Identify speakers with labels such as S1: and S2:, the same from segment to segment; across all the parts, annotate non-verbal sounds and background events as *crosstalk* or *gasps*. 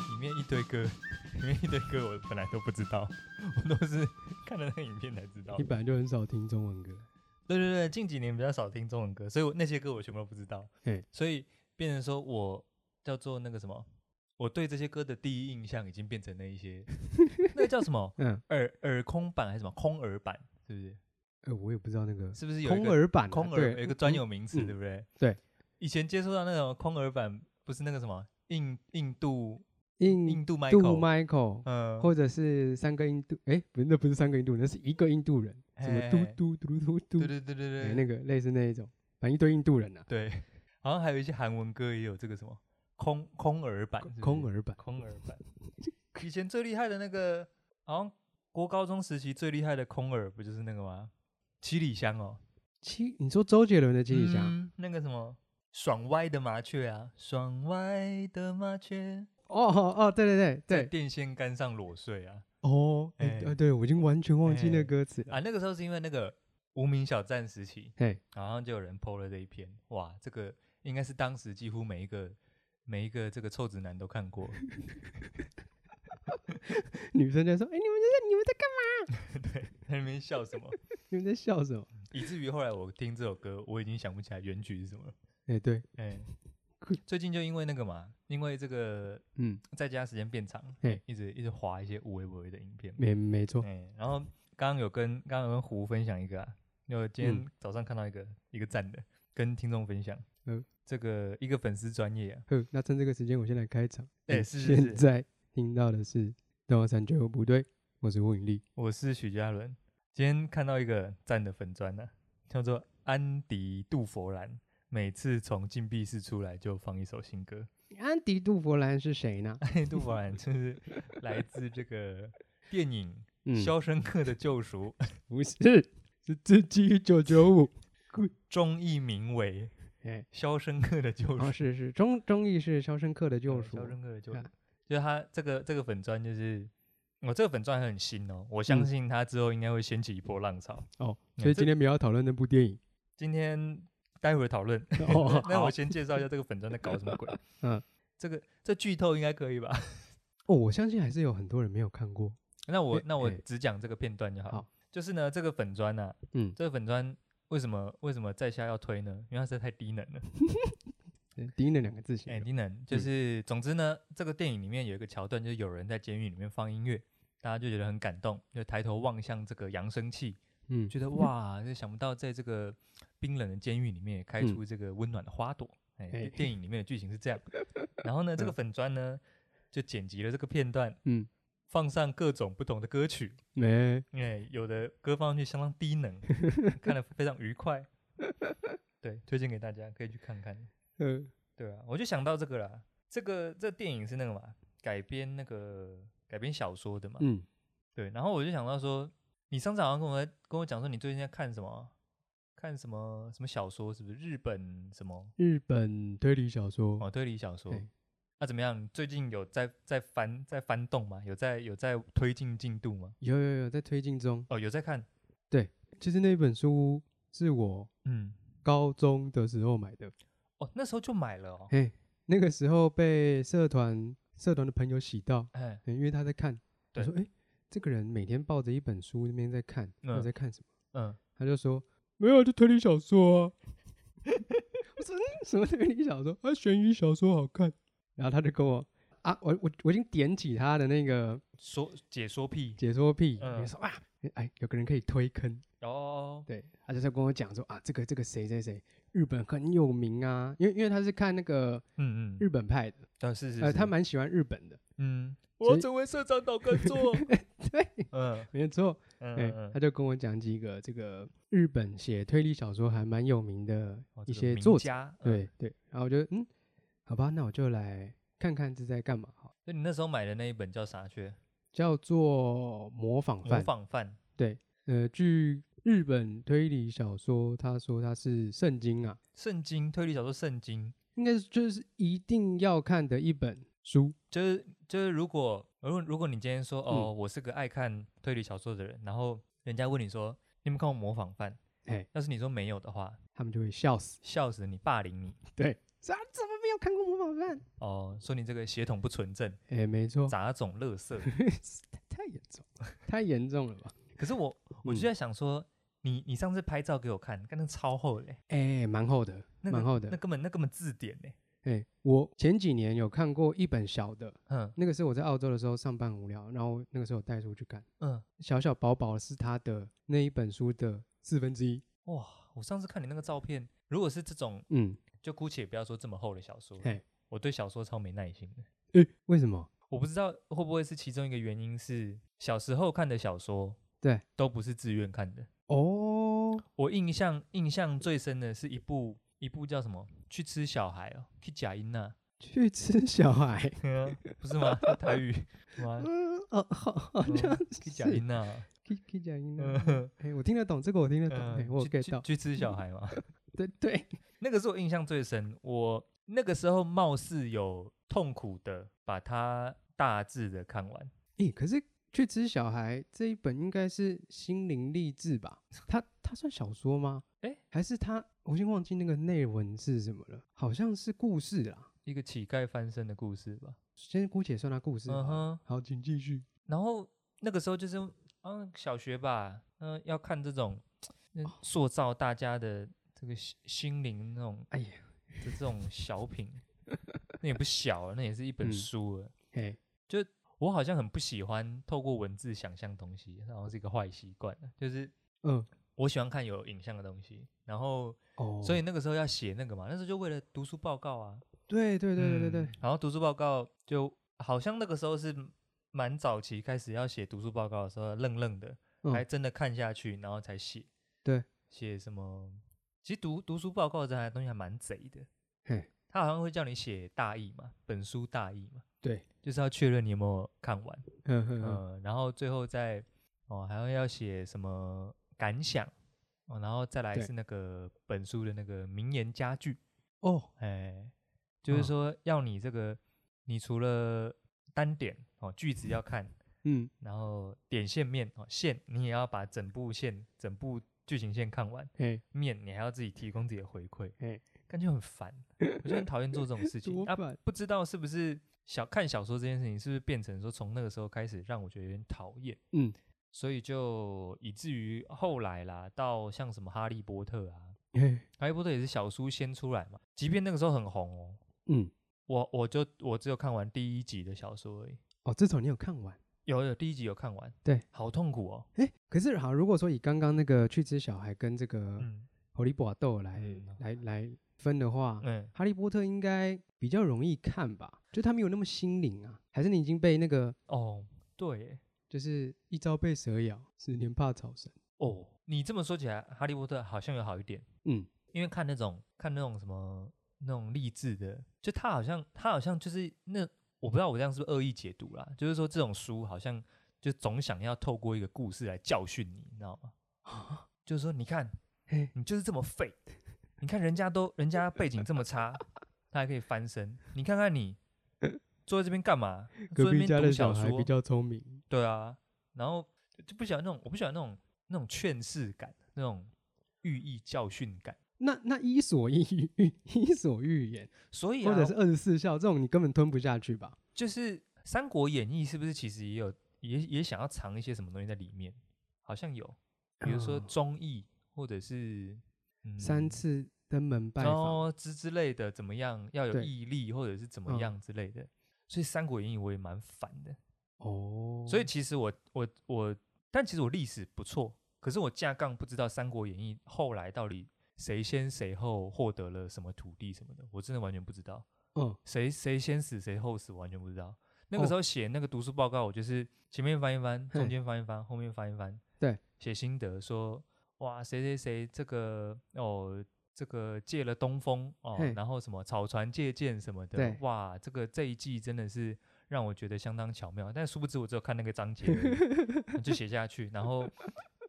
S1: 堆歌， *laughs* 里面一堆歌我本来都不知道，我都是看了那个影片才
S2: *laughs*
S1: 知道
S2: 你。本来就很少听中文歌，
S1: 对对对，近几年比较少听中文歌，所以我那些歌我全部都不知道
S2: 嘿，
S1: 所以变成说我叫做那个什么，我对这些歌的第一印象已经变成了一
S2: *laughs*
S1: 些那个叫什么
S2: 嗯，
S1: 耳耳空版还是什么空耳版，是不是？
S2: 呃，我也不知道那个
S1: 是不是有一
S2: 空
S1: 个
S2: 耳版啊，
S1: 空耳
S2: 对
S1: 有一个专
S2: 嗯
S1: 有名词，
S2: 嗯
S1: 对不对？
S2: 对，
S1: 以前接触到那种空耳版，不是那个什么印印度印
S2: 印
S1: 度
S2: 度
S1: Michael，
S2: Michael，
S1: 嗯，
S2: 或者是三个印度，哎，不是，那不是三个印度人，那是一个印度人，什么
S1: 嘿
S2: 嘟嘟嘟嘟嘟
S1: 对，对对对
S2: 哎
S1: 对，
S2: 那个类似那一种，反正一堆印度人啊，
S1: 对，好像还有一些韩文歌也有这个什么空空耳版，是不是
S2: 空耳版，
S1: 空耳版。以前最厉害的那个，好像国高中时期最厉害的空耳不就是那个吗？七里香哦，
S2: 七，你说周杰伦的七里香，
S1: 嗯那个什么爽歪的麻雀啊，爽歪的麻雀
S2: 哦哦哦，对对
S1: 在
S2: 对对，
S1: 电线杆上裸睡啊
S2: 哦，哎
S1: 哎
S2: 呃，对我已经完全忘记那
S1: 哎
S2: 歌词了，
S1: 啊！那个时候是因为那个无名小站时期，
S2: 嘿，
S1: 然后就有人 PO 了这一篇，哇，这个应该是当时几乎每一个每一个这个臭直男都看过， *laughs*
S2: 女生在说，哎，你们在你们在干嘛？
S1: 在那边笑什么？
S2: 你们在笑什么？
S1: 以至于后来我听这首歌，我已经想不起来原曲是什么了。
S2: 哎，对，
S1: 哎，最近就因为那个嘛，因为这个
S2: 嗯，
S1: 在家时间变长，
S2: 嘿
S1: 一直一直划一些无为为的影片。
S2: 没没错，
S1: 哎，然后刚刚有跟刚刚有跟胡分享一个、啊，因为我今天早上看到一个、一个赞的，跟听众分享。
S2: 嗯
S1: 这个一个粉丝专业啊，
S2: 呵，那趁这个时间，我先来开场。
S1: 哎
S2: 你
S1: 是是是
S2: 现在听到的是《动画三九五不对》，我是吴允丽。
S1: 我是许嘉伦。今天看到一个赞的粉砖呢、啊叫做安迪杜佛兰，每次从禁闭室出来就放一首新歌。 *laughs*
S2: 安迪·杜佛兰是谁呢？
S1: 杜佛兰就是来自这个电影
S2: *laughs* 嗯
S1: 《肖申克的救赎》
S2: 不是，是自己九九五。
S1: 中译名为《
S2: 哎，
S1: 肖申克的救赎》
S2: 哦，是是，中中译是《肖申克的
S1: 对
S2: 救赎
S1: 肖》。呃申克的救赎
S2: 啊》
S1: 就是他这个这个粉砖，就是我这个粉砖很新哦，我相
S2: 嗯
S1: 信他之后应该会掀起一波浪潮。
S2: 哦，
S1: 嗯
S2: 所以
S1: 这
S2: 今天没有要讨论那部电 *laughs* 影。
S1: 今天待会儿讨论，
S2: 哦， *laughs*
S1: 那
S2: 好
S1: 我。先介绍一下这个粉砖在搞什么鬼。
S2: *laughs* 嗯，
S1: 这个这剧透应该可以吧？
S2: 哦，我相信还是有很多人没有看过。
S1: 那我
S2: 哎
S1: 那我
S2: 哎
S1: 只讲这个片段就好。
S2: 好
S1: 就是呢，这个粉砖呢、
S2: 嗯，
S1: 这个粉砖为什么为什么在下要推呢？因为它实在太低能了。
S2: 呃第一那两个字
S1: 哎，
S2: 形容。
S1: 低能就
S2: 嗯
S1: 是，总之呢，这个电影里面有一个桥段，就是有人在监狱里面放音乐，大家就觉得很感动，就抬头望向这个扬声器，
S2: 嗯，
S1: 觉得哇，就想不到在这个冰冷的监狱里面也开
S2: 嗯
S1: 出这个温暖的花朵。哎，
S2: 哎
S1: 电影里面的剧情是这
S2: *laughs*
S1: 样。然后呢，这个
S2: 嗯
S1: 粉砖呢就剪辑了这个片段，
S2: 嗯，
S1: 放上各种不同的歌曲，
S2: 没。
S1: 因为有的歌放上去相当低能，看
S2: *laughs*
S1: 得非常愉快。对，推荐给大家可以去看看。
S2: 嗯，
S1: 对啊，我就想到这个啦，这个这电影是那个嘛，改编那个改编小说的嘛，
S2: 嗯，
S1: 对。然后我就想到说，你上次好像跟我跟我讲说，你最近在看什么？看什么什么小说？是不是日本什么
S2: 日本推理小说。
S1: 哦推理小说
S2: 对？
S1: 那、怎么样？你最近有在在翻在翻动吗？有在有在推进进度吗？
S2: 有有有，在推进中。
S1: 哦，有在看，
S2: 其实那本书是我
S1: 嗯，
S2: 高中的时候买的。
S1: 哦，那时候就买了哦，
S2: 嘿，那个时候被社团社团的朋友洗到，
S1: 哎，
S2: 嗯因为他在看，我
S1: 对
S2: 说：“哎、这个人每天抱着一本书那边在看，我
S1: 嗯
S2: 在看什么
S1: 嗯，？”
S2: 他就说：“没有，就推理小说 *laughs* 啊。”我说、嗯：“什么推理小说？啊，悬疑小说好看。”然后他就跟我啊，我我我已经点起他的那个
S1: 说解说屁
S2: 解说癖，我
S1: 嗯
S2: 就说啊，哎，有个人可以推坑，
S1: 哦，
S2: 对，他就在跟我讲说啊，这个这个谁谁谁，日本很有名啊，因为因为他是看那个
S1: 嗯嗯，
S2: 日本派的，
S1: 啊是是是，
S2: 呃，他蛮喜欢日本的， *laughs*
S1: 嗯，
S2: 所
S1: 我要
S2: 以
S1: 成为社长岛耕作。
S2: *laughs* 对，
S1: 嗯
S2: 没错，
S1: 嗯
S2: 哎、
S1: 嗯
S2: 他就跟我讲几个这个日本写推理小说还蛮有名的
S1: 哦
S2: 一
S1: 这个
S2: 些
S1: 名
S2: 作者，
S1: 家。嗯
S2: 对对，然后我就嗯，好吧，那我就来看看这在干嘛好，
S1: 那你那时候买的那一本叫啥去？
S2: 叫做模仿
S1: 模
S2: 犯，
S1: 仿犯。
S2: 呃，据日本推理小说，他说它是圣经啊，
S1: 圣经推理小说，圣经
S2: 应该是就是一定要看的一本书，
S1: 就是就是，如果如果如果你今天
S2: 嗯
S1: 说哦，我是个爱看推理小说的人，然后人家问你说你有没有看过模仿犯，
S2: 哎，
S1: 要是你说没有的话，
S2: 他们就会笑死。
S1: 笑死你，霸凌你
S2: 对，啊，怎么没有看过模仿犯？
S1: 哦，说你这个血统不纯正，
S2: 哎，没错，
S1: 杂种垃圾。
S2: *laughs* 太严重了，太严重了吧？
S1: 可是我我就
S2: 嗯
S1: 在想说，你你上次拍照给我看，看那超厚嘞、
S2: 哎，蛮厚的，
S1: 那个
S2: 蛮厚
S1: 那
S2: 的。
S1: 根本那根本字典欸嘞、
S2: 哎，我前几年有看过一本小的，
S1: 嗯
S2: 那个是我在澳洲的时候上班很无聊，然后那个时候我带出去看，
S1: 嗯，
S2: 小小薄薄的是他的那一本书的四分之一。
S1: 哇，我上次看你那个照片，如果是这种，
S2: 嗯，
S1: 就姑且不要说这么厚的小说了，
S2: 嘿
S1: 我对小说超没耐心的。
S2: 哎，为什么？
S1: 我不知道会不会是其中一个原因是小时候看的小说，
S2: 对，
S1: 都不是自愿看的。
S2: 哦，
S1: 我印象印象最深的是一部一部叫什么《去吃小孩》哦，去假音呐，
S2: 去吃小孩。
S1: *laughs* 不是吗？ *laughs* 那台语，哇，
S2: 嗯，哦，好，好
S1: 嗯
S2: 像
S1: 去假音呐，
S2: 可以可以讲英文。
S1: *laughs* 嗯
S2: 哎，我听得懂这个，我听得懂，哎，
S1: 嗯
S2: 我有
S1: 去
S2: get
S1: 去
S2: 到。
S1: 去吃小孩嘛，
S2: 对对，
S1: 那个是我印象最深。我那个时候貌似有痛苦的把它大致的看完，
S2: 哎，可是《去吃小孩》这一本应该是心灵励志吧？它它算小说吗？
S1: 诶
S2: 还是它？我已经忘记那个内文是什么了，好像是故事啦。
S1: 一个乞丐翻身的故事吧。
S2: 先姑且算它故事好
S1: 嗯
S2: 了。
S1: 哼，
S2: 好，请继续。
S1: 然后那个时候就是嗯小学吧，嗯、要看这种嗯塑造大家的这个心心灵那种
S2: 哎呀，
S1: 的这种小品，那也不小了，那也是一本
S2: 嗯
S1: 书了。
S2: 哎，
S1: 我好像很不喜欢透过文字想象东西，那好像是一个坏习惯，就是
S2: 嗯，
S1: 我喜欢看有影像的东西，然后
S2: 哦，
S1: 所以那个时候要写那个嘛，那时候就为了读书报告啊，
S2: 对对对对对对
S1: 嗯，然后读书报告就好像那个时候是蛮早期开始要写读书报告的时候，愣愣的，
S2: 嗯
S1: 还真的看下去，然后才写。
S2: 对，
S1: 写什么？其实读读书报告这还东西还蛮贼的。
S2: 嘿，
S1: 他好像会叫你写大意嘛，本书大意嘛，
S2: 对，
S1: 就是要确认你有没有看完，
S2: 嗯嗯
S1: 嗯、
S2: 嗯，
S1: 然后最后再哦，还要要写什么感想哦，然后再来
S2: 对
S1: 是那个本书的那个名言佳句，
S2: 哦，
S1: 哎，就是
S2: 嗯
S1: 说要你这个，你除了单点哦句
S2: *laughs*
S1: 子要看，
S2: 嗯，
S1: 然后点线面哦线，你也要把整部线整部剧情线看完，
S2: 哎，
S1: 面你还要自己提供自己的回馈，
S2: 嘿
S1: 感觉很
S2: *laughs*
S1: 烦，我就很讨厌做这种事情
S2: 多。
S1: 啊，
S2: 烦，
S1: 不知道是不是小看小说这件事情，是不是变成说从那个时候开始让我觉得有点讨厌，
S2: 嗯，
S1: 所以就以至于后来啦，到像什么哈利波特啊，
S2: 嘿，
S1: 哈利波特也是小书先出来嘛，即便那个时候很红哦，
S2: 嗯，
S1: 我我就我只有看完第一集的小说而已，
S2: 哦，至少你有看完。
S1: 有有第一集有看完，
S2: 对，
S1: 好痛苦哦，
S2: 哎，可是好，如果说以刚刚那个去吃小孩跟这个
S1: 嗯
S2: 狐狸寡豆来、
S1: 嗯
S2: 来来分的话，
S1: 嗯，
S2: 哈利波特应该比较容易看吧？就他没有那么心灵啊，还是你已经被那个
S1: 哦，对耶，
S2: 就是一朝被蛇咬，十年怕草 *laughs* 绳？
S1: 哦，你这么说起来，哈利波特好像有好一点，
S2: 嗯，
S1: 因为看那种看那种什么那种励志的，就他好像他好像就是那我不知道我这样是不是恶意解读啦，就是说这种书好像就总想要透过一个故事来教训你，你知道吗？就是说你看
S2: 啊嘿，
S1: 你就是这么废，你看人家都人家背景这么差，他还可以翻身，你看看
S2: *laughs*
S1: 你坐在这边干嘛？坐
S2: 隔
S1: 在
S2: 壁
S1: 那
S2: 家
S1: 边
S2: 的
S1: 读小
S2: 小孩比
S1: 说，
S2: 较聪明，
S1: 对啊，然后就就不喜欢那种我不喜欢那种那种劝世感，那种寓意教训感。
S2: 那那伊索寓寓伊索寓言，
S1: 所以啊，
S2: 或者是二十四孝这种，你根本吞不下去吧？
S1: 就是《三国演义》是不是其实也有也也想要藏一些什么东西在里面？好像有，比如说
S2: 哦
S1: 忠义，或者是、嗯、
S2: 三次登门拜
S1: 然
S2: 访，
S1: 后之之类的，怎么样要有
S2: 对
S1: 毅力，或者是怎么
S2: 嗯
S1: 样之类的。所以《三国演义》我也蛮烦的。
S2: 哦，
S1: 所以其实我我我，但其实我历史不错，可是我架杠不知道《三国演义》后来到底谁先谁后获得了什么土地什么的，我真的完全不知道。
S2: 嗯，
S1: 谁谁先死谁后死，完全不知道。那
S2: 哦
S1: 个时候写那个读书报告，我就是前面翻一翻，
S2: 嘿
S1: 中间翻一翻，后面翻一翻，
S2: 对，
S1: 写心得说，哇，谁谁谁这个哦，这个借了东风哦
S2: 嘿，
S1: 然后什么草船借箭什么的
S2: 对，
S1: 哇，这个这一季真的是让我觉得相当巧妙。但殊不知我只有看那个章节而已 *laughs* 就写下去，然后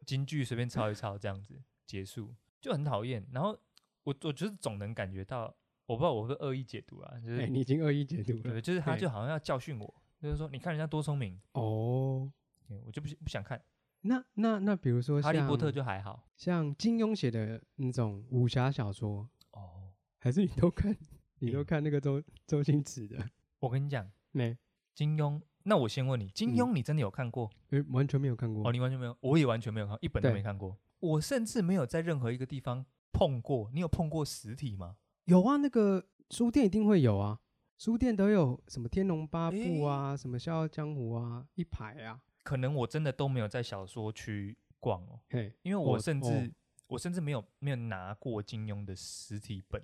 S1: 金句随便抄一抄这样子结束，就很讨厌。然后我我就是总能感觉到。我不知道我会不会恶意解读啊，就是
S2: 哎，你已经恶意解读了
S1: 对，就是他
S2: 对
S1: 就好像要教训我，就是说你看人家多聪明，
S2: 哦，
S1: 对我就不想不想看，
S2: 那那那比如说
S1: 哈
S2: 像
S1: 利波特就还好
S2: 像金庸写的那种武侠小说，
S1: 哦。
S2: 还是你都看，你都
S1: 嗯
S2: 看那个周周星
S1: *laughs*
S2: 驰的
S1: 我跟你讲，
S2: 没？
S1: 金庸，那我先问你，金
S2: 嗯
S1: 庸你真的有看过？
S2: 诶完全没有看过
S1: 哦，。你完全没有，我也完全没有看，一本都
S2: 对
S1: 没看过。我甚至没有在任何一个地方碰过。你有碰过实体吗？
S2: 有啊，那个书店一定会有啊，书店都有什么《天龙八部
S1: 诶》
S2: 啊，什么《笑傲江湖》啊，一排啊，
S1: 可能我真的都没有在小说区逛哦，
S2: 嘿，
S1: 因为我
S2: 哦
S1: 甚至、
S2: 哦
S1: 我甚至没有没有拿过金庸的实体
S2: *laughs*
S1: 本。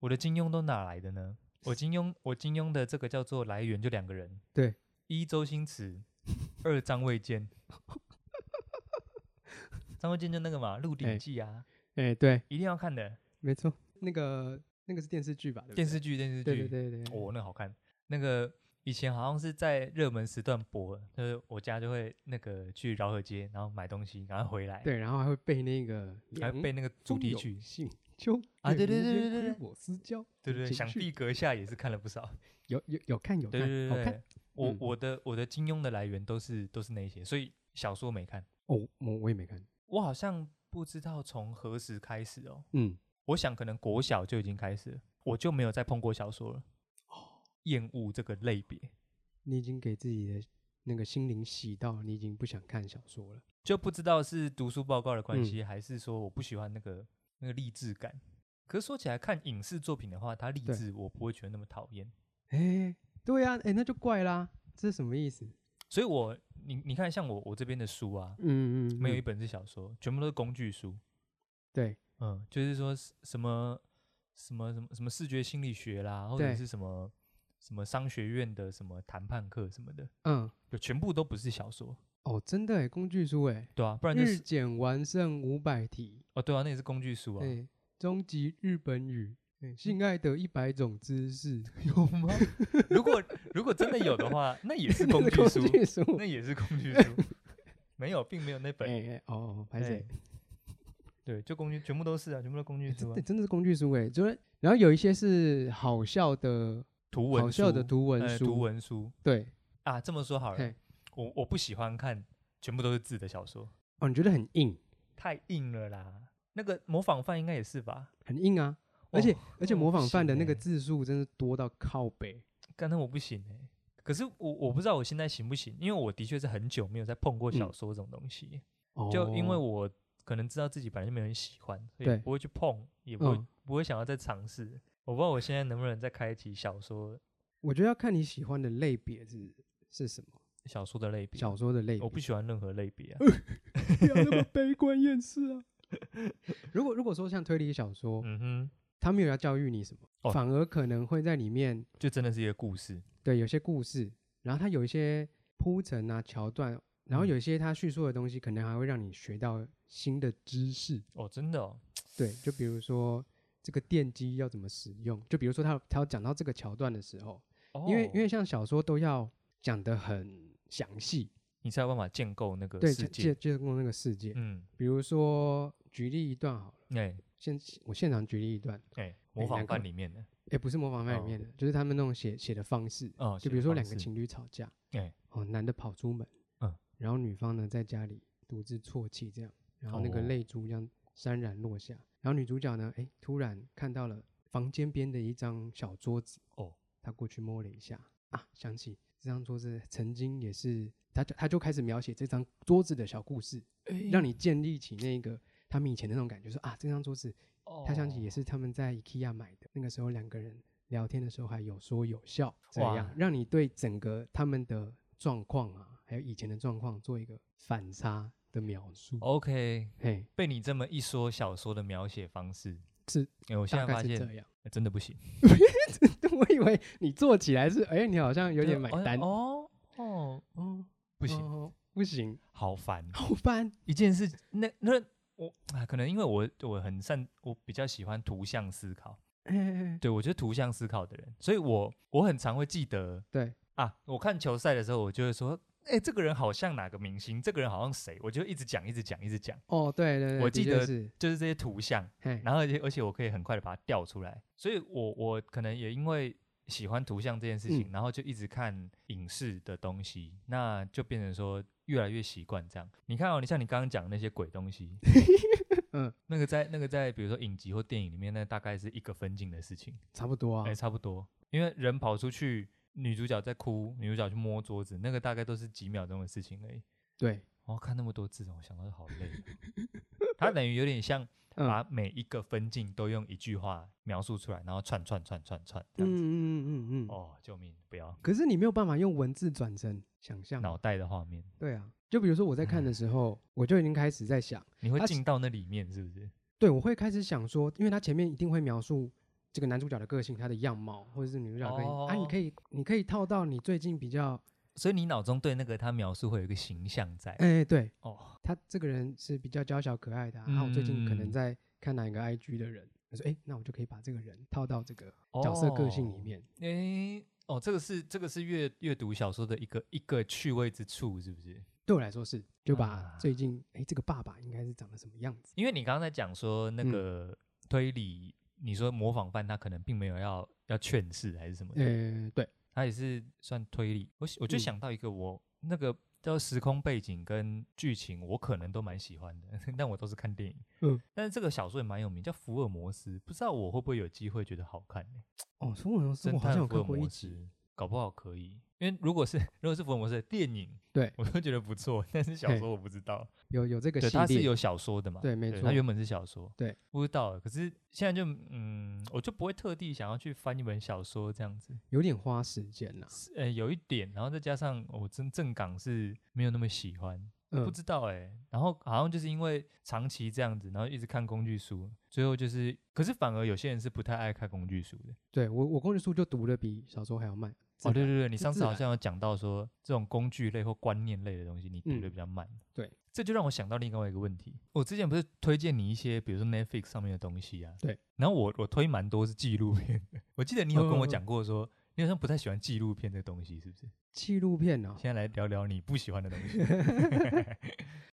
S1: 我的金庸都哪来的呢？我金庸我金庸的这个叫做来源就两个人，
S2: 对，
S1: 一周星驰，二张卫健。张卫健就那个嘛，《鹿鼎
S2: 哎
S1: 记》啊，
S2: 哎，对，
S1: 一定要看的
S2: 没错，那个那个是电视剧吧？对不
S1: 电
S2: 对
S1: 视剧，电视剧。
S2: 对对对对对，
S1: 哦，那个好看。那个以前好像是在热门时段播，就是我家就会那个去饶河街，然后买东西，然后回来，，
S2: 对，然后还会背那个
S1: 还
S2: 梁
S1: 背那个主
S2: 风
S1: 题
S2: 有
S1: 曲，
S2: 信秋
S1: 啊对
S2: 月
S1: 对
S2: 无
S1: 对
S2: 边
S1: 对对
S2: 亏我思娇，
S1: 对对对，
S2: 情
S1: 想
S2: 绪
S1: 必阁下也是看了不少，
S2: 有有有看有
S1: 对对
S2: 看，好
S1: 对
S2: 看
S1: 对。我、
S2: 嗯
S1: 我的我的金庸的来源都是都是那一些，所以小说没看，
S2: 哦，我我也没看，
S1: 我好像不知道从何时开始哦，
S2: 嗯，
S1: 我想可能国小就已经开始了，我就没有再碰过小说了，
S2: 哦
S1: 厌恶这个类别。
S2: 你已经给自己的那个心灵洗到，你已经不想看小说了。
S1: 就不知道是读书报告的关
S2: 嗯
S1: 系，还是说我不喜欢那个那个励志感。可是说起来，看影视作品的话，它励
S2: 对
S1: 志我不会觉得那么讨厌。
S2: 哎、对呀、啊，哎、那就怪啦，这是什么意思？
S1: 所以我，你你看，像我我这边的书啊，
S2: 嗯嗯，
S1: 没有
S2: 嗯
S1: 一本是小说，全部都是工具书。
S2: 对，
S1: 嗯，就是说是什么什么什么什么视觉心理学啦，或者
S2: 对
S1: 是什么什么商学院的什么谈判课什么的，
S2: 嗯，
S1: 就全部都不是小说，
S2: 哦，真的哎，工具书哎，
S1: 对啊，不然就
S2: 日
S1: 是
S2: 检完胜五百题，
S1: 哦，对啊，那也是工具书啊，
S2: 哎，终极日本语，哎，性爱的一百种姿势，
S1: 有吗？ *laughs* 如果如果真的有的话，那也是
S2: *laughs* 那
S1: 工
S2: 个
S1: 具书，
S2: 工
S1: *laughs*
S2: 具书，
S1: 那也是工具书， *laughs* 没有，并没有那
S2: 哎
S1: 本。
S2: 哎哦哦，拍谁
S1: 哎？对，就工具，全部都是啊，全部都工具
S2: 哎
S1: 书、
S2: 真
S1: 啊
S2: 的，真的是工具书哎，就是然后有一些是好笑的，
S1: 图文
S2: 好笑的
S1: 书
S2: 图文
S1: 呃
S2: 书，
S1: 图文书
S2: 对，
S1: 啊。这么说好了
S2: 嘿，
S1: 我我不喜欢看全部都是字的小说，
S2: 哦，你觉得很硬，
S1: 太硬了啦。那个模仿犯应该也是吧？
S2: 很硬啊，而
S1: 哦
S2: 且而且
S1: 我
S2: 模
S1: 不
S2: 仿犯
S1: 行
S2: 的那个
S1: 欸
S2: 字数哦真是多到靠北，
S1: 刚才我不行哎、可是我我不知道我现在行不行，因为我的确是很久没有再碰过小
S2: 嗯
S1: 说这种东西。就因为
S2: 哦
S1: 我可能知道自己本来就没有很喜欢，所以
S2: 对
S1: 不会去碰，也不会、
S2: 嗯
S1: 不会想要再尝试。我不知道我现在能不能再开启小说
S2: 我觉得要看你喜欢的类别是是什么，
S1: 小说的类别，
S2: 小说的类别，呃
S1: 我不喜欢任何类别啊。
S2: 不要 *laughs* 那么悲观厌世啊。 *laughs* 如果如果说像推理小说，
S1: 嗯哼，
S2: 他没有要教育你什么，
S1: 哦
S2: 反而可能会在里面
S1: 就真的是一个故事，
S2: 对有些故事，然后它有一些铺陈啊桥段，然后
S1: 嗯
S2: 有一些它叙述的东西，可能还会让你学到新的知识。
S1: 哦，真的哦，
S2: 对，就比如说这个电机要怎么使用，就比如说他他要讲到这个桥段的时候，因为因为
S1: 哦
S2: 像小说都要讲得很详细，
S1: 你才有办法建构那个
S2: 对，
S1: 世
S2: 建
S1: 界
S2: 建。建构那个世界。
S1: 嗯，
S2: 比如说举例一段好了，
S1: 哎、
S2: 现我现场举例一段，
S1: 哎、模
S2: 哎
S1: 仿犯
S2: 难怪
S1: 里面的
S2: 也不是模仿犯里面的，就是他们那种写写的方式，
S1: 哦，
S2: 就比如说两个，情侣吵架，
S1: 哎
S2: 哦，男的跑出门，
S1: 嗯，
S2: 然后女方呢在家里独自啜泣这样，然后那个
S1: 哦
S2: 泪珠这样潸然落下，然后女主角呢，哎，突然看到了房间边的一张小桌子，
S1: 哦，
S2: 她过去摸了一下，啊，想起这张桌子曾经也是，她就她就开始描写这张桌子的小故事，
S1: 哎
S2: 让你建立起那个他们以前的那种感觉，说啊，这张桌子他想起也
S1: 哦
S2: 是他们在 IKEA 买的，那个时候两个人聊天的时候还有说有笑，这
S1: 哇
S2: 样让你对整个他们的状况啊，还有以前的状况做一个反差的描述。
S1: 哦 OK，
S2: 嘿，
S1: 被你这么一说，小说的描写方式
S2: 是
S1: 哎、我现
S2: 大
S1: 在
S2: 概
S1: 发
S2: 是
S1: 现、
S2: 这样。 *laughs*
S1: 哎真的不行，
S2: 我以为你做起来是，哎、你好像有
S1: 就
S2: 点
S1: 是
S2: 买
S1: 哦
S2: 单，
S1: 哦哦，
S2: 哦，
S1: 不行，
S2: 哦不行，
S1: 好烦。
S2: 好烦。
S1: 一件事，那那我啊，可能因为我我很善，我比较喜欢图像思考，
S2: 哎、哎哎
S1: 对我就是图像思考的人，所以我我很常会记得
S2: 对，
S1: 啊，我看球赛的时候，我就会说，哎、这个人好像哪个明星，这个人好像谁，我就一直讲，一直讲，一直讲，
S2: 哦，对对对，
S1: 我
S2: 的
S1: 记
S2: 确
S1: 得
S2: 是，
S1: 就是这些图像，
S2: 嘿，
S1: 然后而且而且我可以很快的把它调出来，所以我我可能也因为喜欢图像这件事情，
S2: 嗯
S1: 然后就一直看影视的东西，那就变成说越来越习惯这样。你看哦，你像你刚刚讲的那些鬼东西，
S2: *laughs* 嗯，
S1: 那个在那个在比如说影集或电影里面，那大概是一个分镜的事情，
S2: 差不多
S1: 哎、
S2: 啊，
S1: 差不多，因为人跑出去，女主角在哭，女主角去摸桌子，那个大概都是几秒钟的事情而已。
S2: 对，
S1: 我、哦、看那么多字，我想到就好累哦。它等于有点像
S2: 嗯
S1: 把每一个分镜都用一句话描述出来，然后串串串串串这样子。
S2: 嗯嗯嗯嗯嗯。
S1: 哦，救命！不要
S2: 可是你没有办法用文字转成想象，
S1: 脑袋的画面，
S2: 对啊，就比如说我在看的时
S1: 嗯
S2: 候，我就已经开始在想，
S1: 你会
S2: 它
S1: 进到那里面是不是？
S2: 对我会开始想说，因为他前面一定会描述这个男主角的个性、他的样貌，或者是女主角的个性、啊，你
S1: 哦
S2: 可以你可以套到你最近比较，
S1: 所以你脑中对那个他描述会有一个形象在。
S2: 哎、对
S1: 哦，
S2: 他这个人是比较娇小可爱的、啊，然后、我最近可能
S1: 嗯
S2: 在看哪一个 IG 的人，我说哎、那我就可以把这个人套到这个角色个性里面，
S1: 哦诶、哦，这个是这个是阅阅读小说的一个一个趣味之处，是不是？
S2: 对我来说是就把
S1: 啊
S2: 最近哎、这个爸爸应该是长得什么样子，
S1: 因为你刚刚在讲说那
S2: 嗯
S1: 个推理，你说模仿犯他可能并没有要要劝世还是什么的，
S2: 呃，对，
S1: 他也是算推理。我喜我就
S2: 嗯
S1: 想到一个我，那个叫时空背景跟剧情，我可能都蛮喜欢的， *laughs* 但我都是看电影。
S2: 嗯，
S1: 但是这个小说也蛮有名，叫《福尔摩斯》，不知道我会不会有机会觉得好看、呢？
S2: 哦，说我好像我
S1: 侦
S2: 好像
S1: 探
S2: 有
S1: 福尔
S2: 看过一
S1: 摩
S2: 集，
S1: 斯，搞不好可以。因为如果是 *laughs* 如果是福尔摩斯的电影，
S2: 对
S1: 我都觉得不错，但是小
S2: 嘿
S1: 说我不知道。
S2: 有有这个
S1: 对，
S2: 系
S1: 它是
S2: 列，
S1: 有小说的嘛？
S2: 对没
S1: 它
S2: 错
S1: 原本是小说。
S2: 对，
S1: 不知道。可是现在就嗯，我就不会特地想要去翻一本小说这样子。
S2: 有点花时间啦，
S1: 是呃，有一点，然后再加上我真正港是没有那么喜欢，不
S2: 嗯，
S1: 知道哎、然后好像就是因为长期这样子，然后一直看工具书，最后就是，可是反而有些人是不太爱看工具书的。
S2: 对我我工具书就读的比小说还要慢，
S1: 哦，对
S2: 自然
S1: 对对，你
S2: 是
S1: 上次
S2: 自
S1: 好
S2: 然
S1: 像有讲到说，这种工具类或观念类的东西，你读的
S2: 嗯
S1: 比较慢。
S2: 对，
S1: 这就让我想到另外一个问题。我之前不是推荐你一些，比如说 Netflix 上面的东西啊。
S2: 对。
S1: 然后我我推蛮多是纪录片的，我记得你有跟我
S2: 嗯嗯嗯
S1: 讲过说，你好像不太喜欢纪录片这东西，是不是？
S2: 纪录片呢、
S1: 现在来聊聊你不喜欢的东西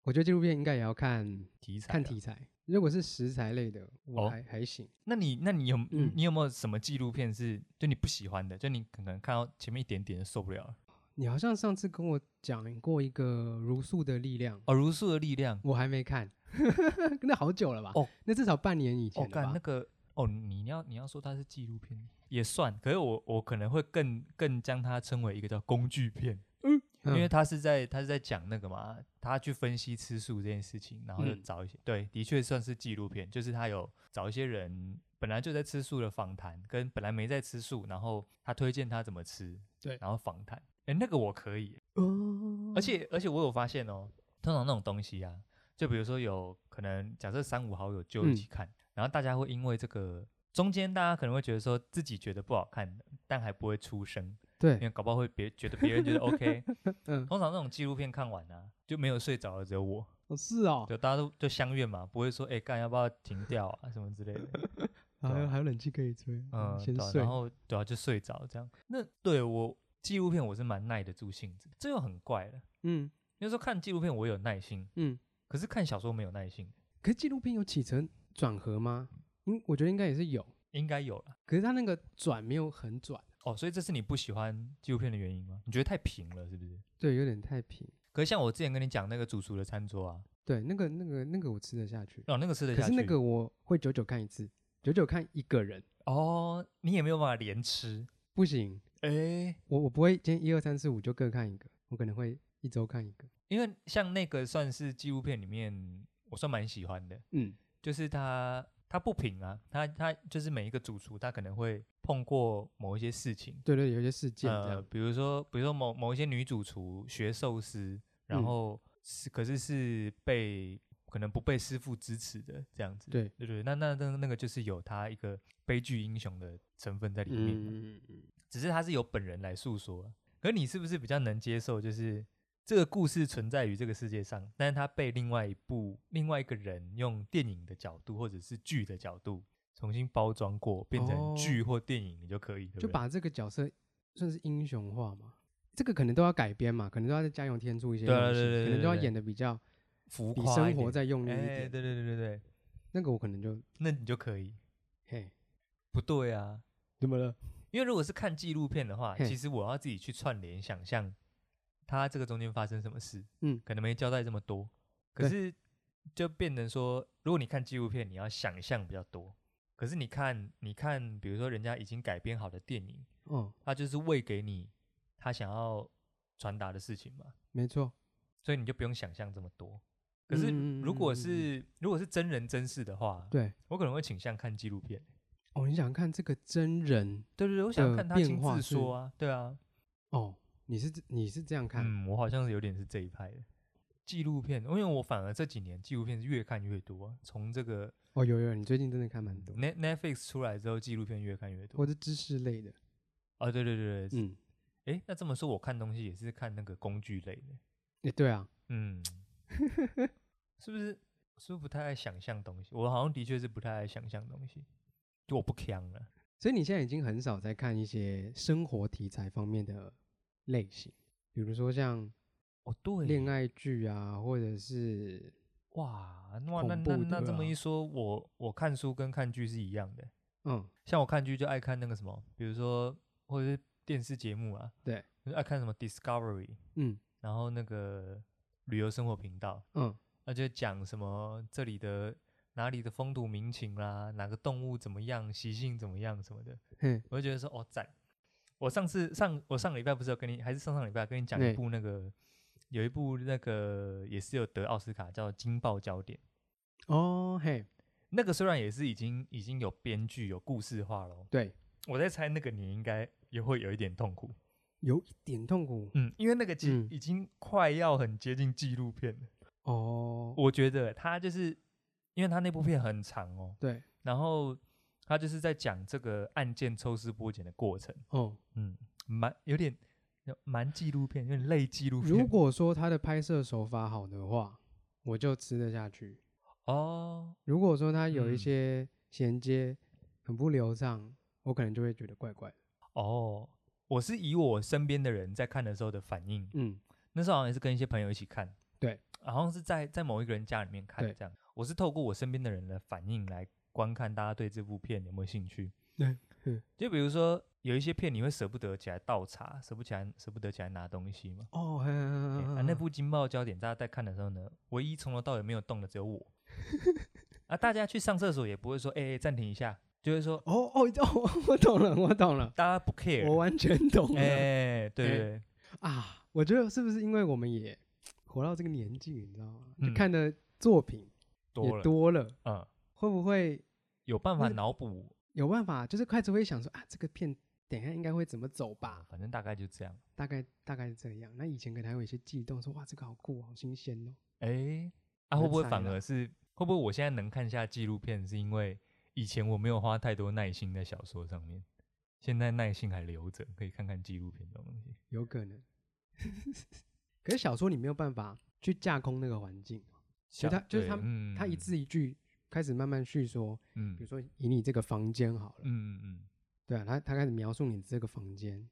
S2: 我觉得纪录片应该也要看
S1: 题材、啊
S2: 看。题材，啊如果是食材类的，
S1: 哦
S2: 我还、还行。
S1: 那你那你有、
S2: 嗯
S1: 你有没有什么纪录片是就你不喜欢的？就你可能看到前面一点点就受不了了。
S2: 你好像上次跟我讲过一个《如素的力量》，
S1: 哦，如素的力量。
S2: 我还没看， *laughs* 那好久了吧？
S1: 哦，
S2: 那至少半年以前
S1: 哦，
S2: 了吧？
S1: 干那个哦，你要你要说它是纪录片也算，可是我我可能会更更将它称为一个叫工具片，因为
S2: 嗯
S1: 它是在它是在讲那个嘛，他去分析吃素这件事情，然后就
S2: 嗯
S1: 找一些、对，的确算是纪录片，就是他有找一些人本来就在吃素的访谈，跟本来没在吃素，然后他推荐他怎么吃，
S2: 对
S1: 然后访谈，哎，那个我可以，
S2: 哦
S1: 而且而且我有发现哦，通常那种东西啊，就比如说有可能假设三五好友就一
S2: 嗯
S1: 起看，然后大家会因为这个中间大家可能会觉得说自己觉得不好看，但还不会出声，因
S2: 对， *laughs*
S1: 为搞不好会别觉得别人觉得 OK。
S2: 嗯，
S1: 通常那种纪录片看完啊，就没有睡着的只有我，
S2: 哦是哦，
S1: 就大家都就相约嘛，不会说哎干、要不要停掉啊什么之类的，
S2: *laughs* 还
S1: 对
S2: 有
S1: 啊
S2: 还有冷气可以吹，
S1: 嗯，
S2: 先
S1: 对啊、
S2: 睡
S1: 然。后对啊就睡着这样。那对我纪录片我是蛮耐得住性子，这又很怪了。
S2: 嗯
S1: 有时候看纪录片我有耐心，
S2: 嗯，
S1: 可是看小说没有耐心，
S2: 可是纪录片有起承转合吗？应我觉得应该也是有，
S1: 应该有了。
S2: 可是他那个转没有很转，
S1: 哦，所以这是你不喜欢纪录片的原因吗？你觉得太平了，是不是？
S2: 对，有点太平。
S1: 可是像我之前跟你讲那个主厨的餐桌啊，
S2: 对，那个那个那个我吃得下去，
S1: 哦，那个吃得
S2: 可
S1: 下
S2: 是
S1: 去。
S2: 那个我会久久看一次，久久看一个人
S1: 哦，你也没有办法连吃。
S2: 不行，
S1: 哎、
S2: 我我不会今天一二三四五就各看一个，我可能会一周看一个。
S1: 因为像那个算是纪录片里面我算蛮喜欢的，
S2: 嗯，
S1: 就是它它不平啊，它它就是每一个主厨他可能会碰过某一些事情，
S2: 对对，有些事件这样。
S1: 呃，比如说比如说某某一些女主厨学寿司，然
S2: 嗯
S1: 后是、可是是被可能不被师傅支持的这样子。
S2: 对，
S1: 对对，那那那那个就是有他一个悲剧英雄的成分在里面啊嘛，
S2: 嗯，嗯
S1: 只是他是由本人来诉说啊。可你是不是比较能接受，就是这个故事存在于这个世界上，但是它被另外一部、另外一个人用电影的角度或者是剧的角度重新包装过，变成
S2: 哦
S1: 剧或电影，你就可以，对不
S2: 就
S1: 对
S2: 把这个角色算是英雄化嘛。这个可能都要改编嘛，可能都要再加油添醋一些
S1: 对
S2: 东
S1: 啊
S2: 西，
S1: 对对对
S2: 可能
S1: 对
S2: 都要
S1: 对
S2: 演的比较
S1: 浮
S2: 比
S1: 夸一
S2: 生活
S1: 点
S2: 再用力一
S1: 哎、
S2: 点。
S1: 对对对对对，
S2: 那个我可能就
S1: 那你就可以。
S2: 嘿，
S1: 不对啊，
S2: 怎么了？
S1: 因为如果是看纪录片的话，
S2: 嘿
S1: 其实我要自己去串联想象他这个中间发生什么事，
S2: 嗯
S1: 可能没交代这么多，可
S2: 对
S1: 是就变成说，如果你看纪录片，你要想象比较多，可是你看你看，比如说人家已经改编好的电影，
S2: 哦，
S1: 他就是喂给你他想要传达的事情嘛，
S2: 没错，
S1: 所以你就不用想象这么多。可是如果
S2: 嗯嗯嗯嗯嗯
S1: 是、如果是真人真事的话，
S2: 对。
S1: 我可能会倾向看纪录片。
S2: 哦，你想看这个真人
S1: 对对对，我想
S2: 的
S1: 看他
S2: 变
S1: 亲
S2: 化
S1: 自
S2: 是
S1: 说啊，对啊，
S2: 哦？你是这你是这样看？
S1: 嗯，我好像是有点是这一派的纪录片，因为我反而这几年纪录片是越看越多，啊从这个
S2: 哦，有有，你最近真的看蛮多，
S1: Net Netflix 出来之后，纪录片越看越多
S2: 或。者知识类的，
S1: 啊，对对对对，
S2: 嗯，
S1: 哎、那这么说，我看东西也是看那个工具类的，
S2: 也对啊， *laughs*
S1: 嗯，是不是？是不是不太爱想象东西？我好像的确是不太爱想象东西，就我不强了。
S2: 所以你现在已经很少在看一些生活题材方面的类型，比如说像
S1: 哦，对，
S2: 恋爱剧啊，或者是
S1: 哇，那
S2: 恐
S1: 那
S2: 怖
S1: 那那
S2: 的
S1: 这么
S2: 啊
S1: 一说，我我看书跟看剧是一样的。
S2: 嗯，
S1: 像我看剧就爱看那个什么，比如说或者是电视节目啊，
S2: 对，
S1: 就是爱看什么 Discovery，
S2: 嗯
S1: 然后那个旅游生活频道，
S2: 嗯，
S1: 那就讲什么这里的哪里的风土民情啦，哪个动物怎么样，习性怎么样什么的，
S2: 嘿，
S1: 我就觉得说哦赞。我上次上我上个礼拜不是有跟你，还是上上礼拜跟你讲一
S2: 对
S1: 部那个，有一部那个也是有得奥斯卡叫《惊爆焦点》，
S2: 哦嘿，
S1: 那个虽然也是已经已经有编剧有故事化了，
S2: 对，
S1: 我在猜那个你应该也会有一点痛苦，
S2: 有一点痛苦
S1: 嗯，因为那个其
S2: 嗯
S1: 已经快要很接近纪录片了。
S2: 哦，
S1: 我觉得他就是，因为他那部片很长哦，
S2: 对，
S1: 然后他就是在讲这个案件抽丝剥茧的过程，
S2: 哦，
S1: 嗯，蛮有点蛮纪录片，有点类纪录片。
S2: 如果说它的拍摄手法好的话，我就吃得下去。
S1: 哦，
S2: 如果说它有
S1: 嗯
S2: 一些衔接很不流畅，我可能就会觉得怪怪的。
S1: 哦，我是以我身边的人在看的时候的反应，
S2: 嗯，
S1: 那时候好像也是跟一些朋友一起看，啊
S2: 对，
S1: 好像是在在某一个人家里面看
S2: 对
S1: 这样。我是透过我身边的人的反应来观看大家对这部片有没有兴趣。
S2: 对嗯
S1: 就比如说有一些片你会舍不得起来倒茶，舍不起来舍不得起来拿东西嘛。
S2: 哦，嘿
S1: 对
S2: 嘿嘿
S1: 啊，
S2: 嘿
S1: 那
S2: 嘿
S1: 部《惊爆焦点》，大家在看的时候呢，唯一从头到尾没有动的只有我。啊，大家去上厕所也不会说，哎、哎暂停一下，就会说
S2: 哦哦哦， *laughs* 我懂了，我懂了，
S1: 大家不 care。
S2: 我完全懂了、
S1: 哎、对对对，
S2: *laughs* 啊！我觉得是不是因为我们也活到这个年纪，你知道吗？
S1: 嗯
S2: 就看的作品
S1: 多
S2: 也
S1: 了，
S2: 多了，
S1: 嗯，
S2: 会不会
S1: 有办法
S2: 那个
S1: 脑补
S2: 有办法？就是开始会想说啊，这个片等一下应该会怎么走吧
S1: 吧，？反正大概就这样。
S2: 大概大概是这样。那以前可能还有一些悸动，说哇，这个好酷，好新鲜哦。
S1: 哎、啊，会
S2: 我在
S1: 不会
S2: 猜
S1: 反
S2: 啦
S1: 而是会不会我现在能看下纪录片，是因为以前我没有花太多耐心在小说上面，现在耐心还留着，可以看看纪录片这种东西。
S2: 有可能。可是小说你没有办法去架空那个环境，
S1: 小
S2: 它就是
S1: 对
S2: 它
S1: 嗯
S2: 它一字一句开始慢慢叙说，
S1: 嗯
S2: 比如说以你这个房间好了，
S1: 嗯嗯
S2: 对啊，他他开始描述你这个房间，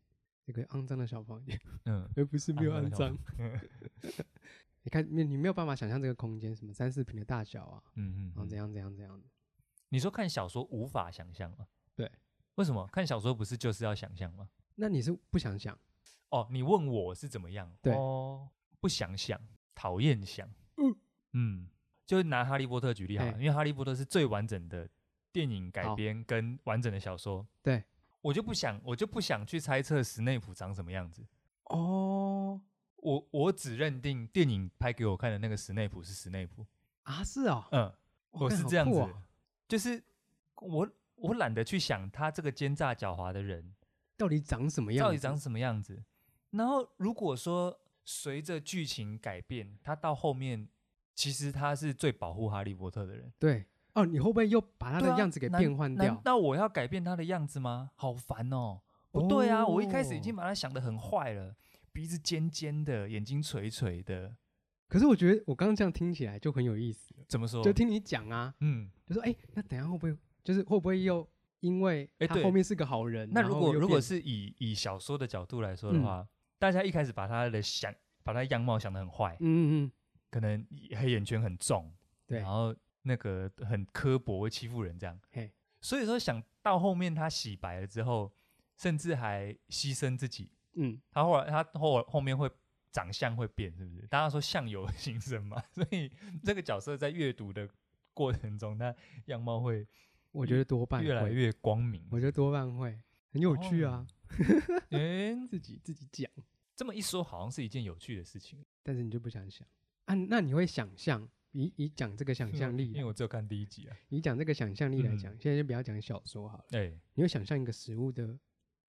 S2: 这个肮脏的小房间，
S1: 嗯
S2: 而不是
S1: 嗯，
S2: 没有
S1: 啊
S2: 肮
S1: 那
S2: 脏
S1: 种。嗯 *laughs*
S2: 你看你你没有办法想象这个空间什么三四平的大小啊，
S1: 嗯
S2: 然后
S1: 嗯，
S2: 怎
S1: 样？
S2: 样怎样怎样的，
S1: 你说看小说无法想象吗？
S2: 对，
S1: 为什么看小说不是就是要想象吗？
S2: 那你是不想想，
S1: 哦，你问我是怎么样？
S2: 对
S1: 哦，不想想，讨厌想。
S2: 嗯
S1: 嗯，就拿《哈利波特》举例好了，
S2: 嘿
S1: 因为《哈利波特》是最完整的电影改
S2: 好
S1: 编跟完整的小说。
S2: 对，
S1: 我就不想，我就不想去猜测史内普长什么样子。
S2: 哦
S1: 我我只认定电影拍给我看的那个史内普是史内普。
S2: 啊是哦，
S1: 嗯，
S2: 哇
S1: 我
S2: 干
S1: 是
S2: 好
S1: 这样
S2: 酷
S1: 子，
S2: 哦
S1: 就是我我懒得去想他这个奸诈狡猾的人
S2: 到底长什么样？
S1: 到底长？什么样子。然后如果说随着剧情改变，他到后面其实他是最保护哈利波特的人，
S2: 对哦，你会不会又把他
S1: 对
S2: 的
S1: 啊
S2: 样子给
S1: 难
S2: 变换
S1: 难
S2: 掉？
S1: 道我要改变他的样子吗？好烦哦！不对啊，我一开始已经
S2: 哦
S1: 把他想得很坏了，鼻子尖尖的，眼睛垂垂的，
S2: 可是我觉得我刚刚这样听起来就很有意思了，
S1: 怎么说？
S2: 就听你讲啊，
S1: 嗯，
S2: 就说哎、那等一下会不会就是会不会又因为
S1: 哎
S2: 他
S1: 对
S2: 后面是个好人？
S1: 那
S2: 然
S1: 如
S2: 后
S1: 果
S2: 又
S1: 如果
S2: 变
S1: 是以以小说的角度来说的
S2: 嗯
S1: 话，大家一开始把他的想把他样貌想得很坏，
S2: 嗯嗯嗯，
S1: 可能黑眼圈很重，
S2: 对
S1: 然后那个很刻薄，会欺负人这样
S2: 嘿。
S1: 所以说，想到后面他洗白了之后，甚至还牺牲自己。
S2: 嗯，
S1: 他后来他后后面会长相会变，是不是？大家说相由 *laughs* 心生嘛，所
S2: *laughs*
S1: 以这个角色在阅读的过程中，他样貌会
S2: 我觉得多半
S1: 越来
S2: 会，
S1: 越光明。
S2: 我觉得多半会很有趣
S1: 哦
S2: 啊，
S1: 诶、
S2: 自己自己讲，
S1: 这么一说，好像是一件有趣的事情。
S2: 但是你就不想想啊？那你会想象？以以讲这个想象力
S1: 啊 *laughs* 因
S2: 来
S1: 为，我只有看第一集啊。
S2: 以讲这个想象力来
S1: 嗯
S2: 讲，现在就不要讲小说好了。
S1: 哎、
S2: 你会想象一个食物的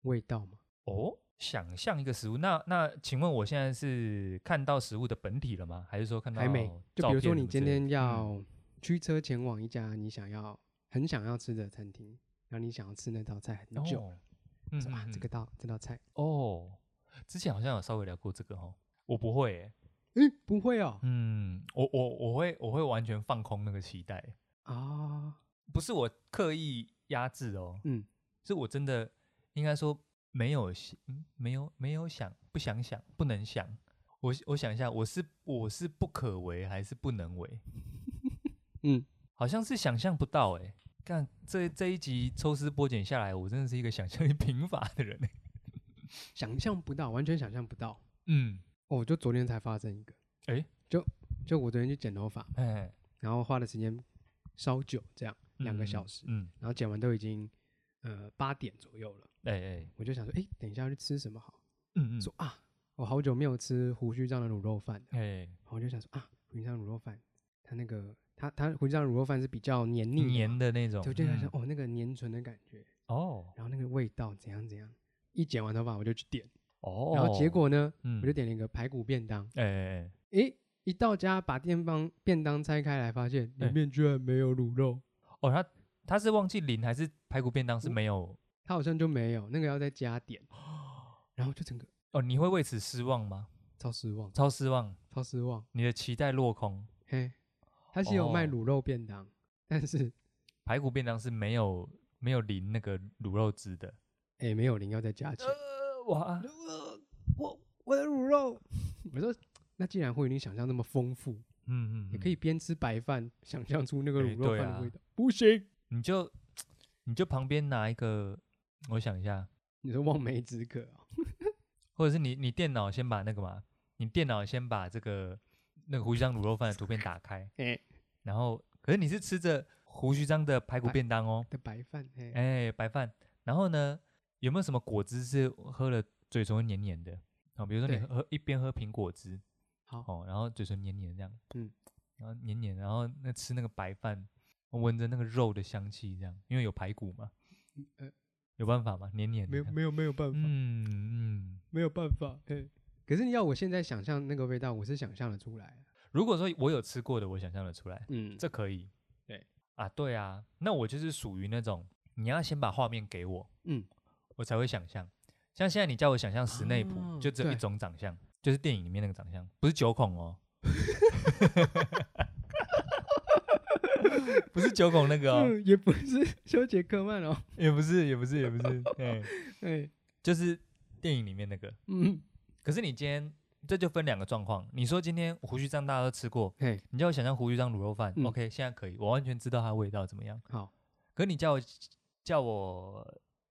S2: 味道吗？
S1: 哦，想象一个食物，那那请问我现在是看到食物的本体了吗？还是说看到
S2: 还没，就
S1: 照
S2: 比
S1: 片
S2: 如说
S1: 什
S2: 你
S1: 么之
S2: 今
S1: 类的
S2: 天
S1: 嗯
S2: 要驱车前往一家你想要很想要吃的餐厅，然后你想要吃那道菜很久，
S1: 哦嗯
S2: 说啊
S1: 嗯
S2: 这个道这道菜，
S1: 嗯哦，之前好像有稍微聊过这个哦，我不会耶、
S2: 嗯，不会哦，
S1: 嗯，我我我会我会完全放空那个期待，
S2: 啊，
S1: 不是我刻意压制哦，
S2: 嗯，
S1: 是我真的应该说没有想，嗯没有没有想，不想想，不能想。我我想一下，我是我是不可为还是不能为？
S2: *laughs* 嗯，
S1: 好像是想象不到哎、欸。看这这一集抽丝剥茧下来，我真的是一个想象力贫乏的人、欸。
S2: 想象不到，完全想象不到。
S1: 嗯，
S2: 哦，我就昨天才发生一个，
S1: 诶
S2: 就就我昨天去剪头发，
S1: 哎，
S2: 然后花的时间稍久，这样两个
S1: 嗯
S2: 小时，
S1: 嗯，
S2: 然后剪完都已经呃八点左右了，
S1: 哎哎，
S2: 我就想说，哎，等一下要去吃什么好？
S1: 嗯嗯，
S2: 说啊，我好久没有吃胡须章的卤肉饭了。
S1: 哎，
S2: 然后我就想说啊，胡须章卤肉饭，它那个它它胡须章卤肉饭是比较黏腻的嘛
S1: 黏，的那种，
S2: 对我就想
S1: 嗯
S2: 说哦那个粘唇的感觉，
S1: 哦
S2: 然后那个味道怎样怎样。一剪完头发我就去点，
S1: 哦，
S2: 然后结果呢，
S1: 嗯
S2: 我就点了一个排骨便当。
S1: 哎哎哎，
S2: 诶，一到家把便当便当拆开来，发现里
S1: 哎
S2: 面居然没有卤肉，
S1: 哦，他他是忘记淋还是排骨便当是
S2: 我
S1: 没有？
S2: 它好像就没有，那个要再
S1: *gasps*
S2: 加点。然后就整个
S1: 哦，你会为此失望吗？
S2: 超失望，
S1: 超失望，
S2: 超失望。
S1: 你的期待落空。
S2: 嘿，它是有卖
S1: 哦
S2: 卤肉便当，但是
S1: 排骨便当是没有没有淋那个卤肉汁的。
S2: 诶没有零要再加钱。
S1: 呃，哇，
S2: 我我的卤肉。我说，那既然会你想象那么丰富，
S1: 嗯嗯，
S2: 也
S1: 嗯
S2: 可以边吃白饭想象出那个
S1: 哎
S2: 卤肉
S1: 对
S2: 饭
S1: 啊
S2: 的味道，不行。
S1: 你就你就旁边拿一个，我想一下，
S2: 你说望梅止渴啊、
S1: 或者是你你电脑先把那个嘛，你电脑先把这个那个胡须章卤肉饭的图片打开，
S2: 哎
S1: 然后可是你是吃着胡须章的排骨
S2: 白
S1: 便当哦，
S2: 的白饭，哎、
S1: 哎，白饭，然后呢，有没有什么果汁是喝了嘴唇会黏黏的？哦，比如说你
S2: 对
S1: 喝一边喝苹果汁，
S2: 好
S1: 哦，然后嘴唇黏黏这样，
S2: 嗯，
S1: 然后黏黏，然后那吃那个白饭，闻着那个肉的香气，这样，因为有排骨嘛，
S2: 呃
S1: 有办法吗？黏黏的
S2: 没有
S1: 这样
S2: 没有没有办法，
S1: 嗯嗯，
S2: 没有办法，哎、可是你要我现在想象那个味道，我是想象得出来啊的。
S1: 如果说我有吃过的，我想象得出来，
S2: 嗯，
S1: 这可以。
S2: 对
S1: 啊，对啊，那我就是属于那种你要先把画面给我，
S2: 嗯，
S1: 我才会想象。像现在你叫我想象史内普，
S2: 哦
S1: 就只有一
S2: 对
S1: 种长相，就是电影里面那个长相，不是九孔
S2: *laughs*
S1: 哦，不是九孔那个哦，
S2: 嗯也不是修杰克曼哦，
S1: 也不是，也不是，也不是，哎，
S2: 哎、
S1: 就是电影里面那个。
S2: 嗯，
S1: 可是你今天这就分两个状况，你说今天胡须章大家都吃过，
S2: 哎、
S1: 你叫我想象胡须章卤肉饭、
S2: 嗯
S1: o k 现在可以，我完全知道它味道怎么样。
S2: 好，
S1: 可你叫我叫我，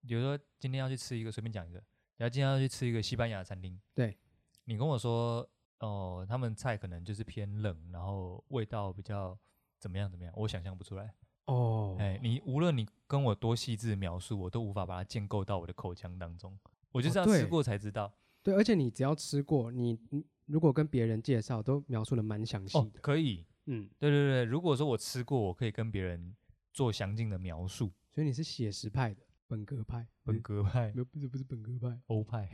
S1: 比如说今天要去吃一个，随便讲一个，然后今天要去吃一个西班牙餐厅，
S2: 对，
S1: 你跟我说哦、他们菜可能就是偏冷，然后味道比较怎么样怎么样，我想象不出来。
S2: 哦，
S1: 哎、你无论你跟我多细致描述，我都无法把它建构到我的口腔当中。我就是
S2: 哦
S1: 要吃
S2: 对
S1: 过才知道
S2: 对，而且你只要吃过，你你如果跟别人介绍，都描述的蛮详细
S1: 哦
S2: 的。
S1: 可以，
S2: 嗯，
S1: 对对对。如果说我吃过，我可以跟别人做详尽的描述。
S2: 所以你是写实派的，本格派，嗯
S1: 本格派、
S2: 没有不是不是本格派，
S1: 欧派，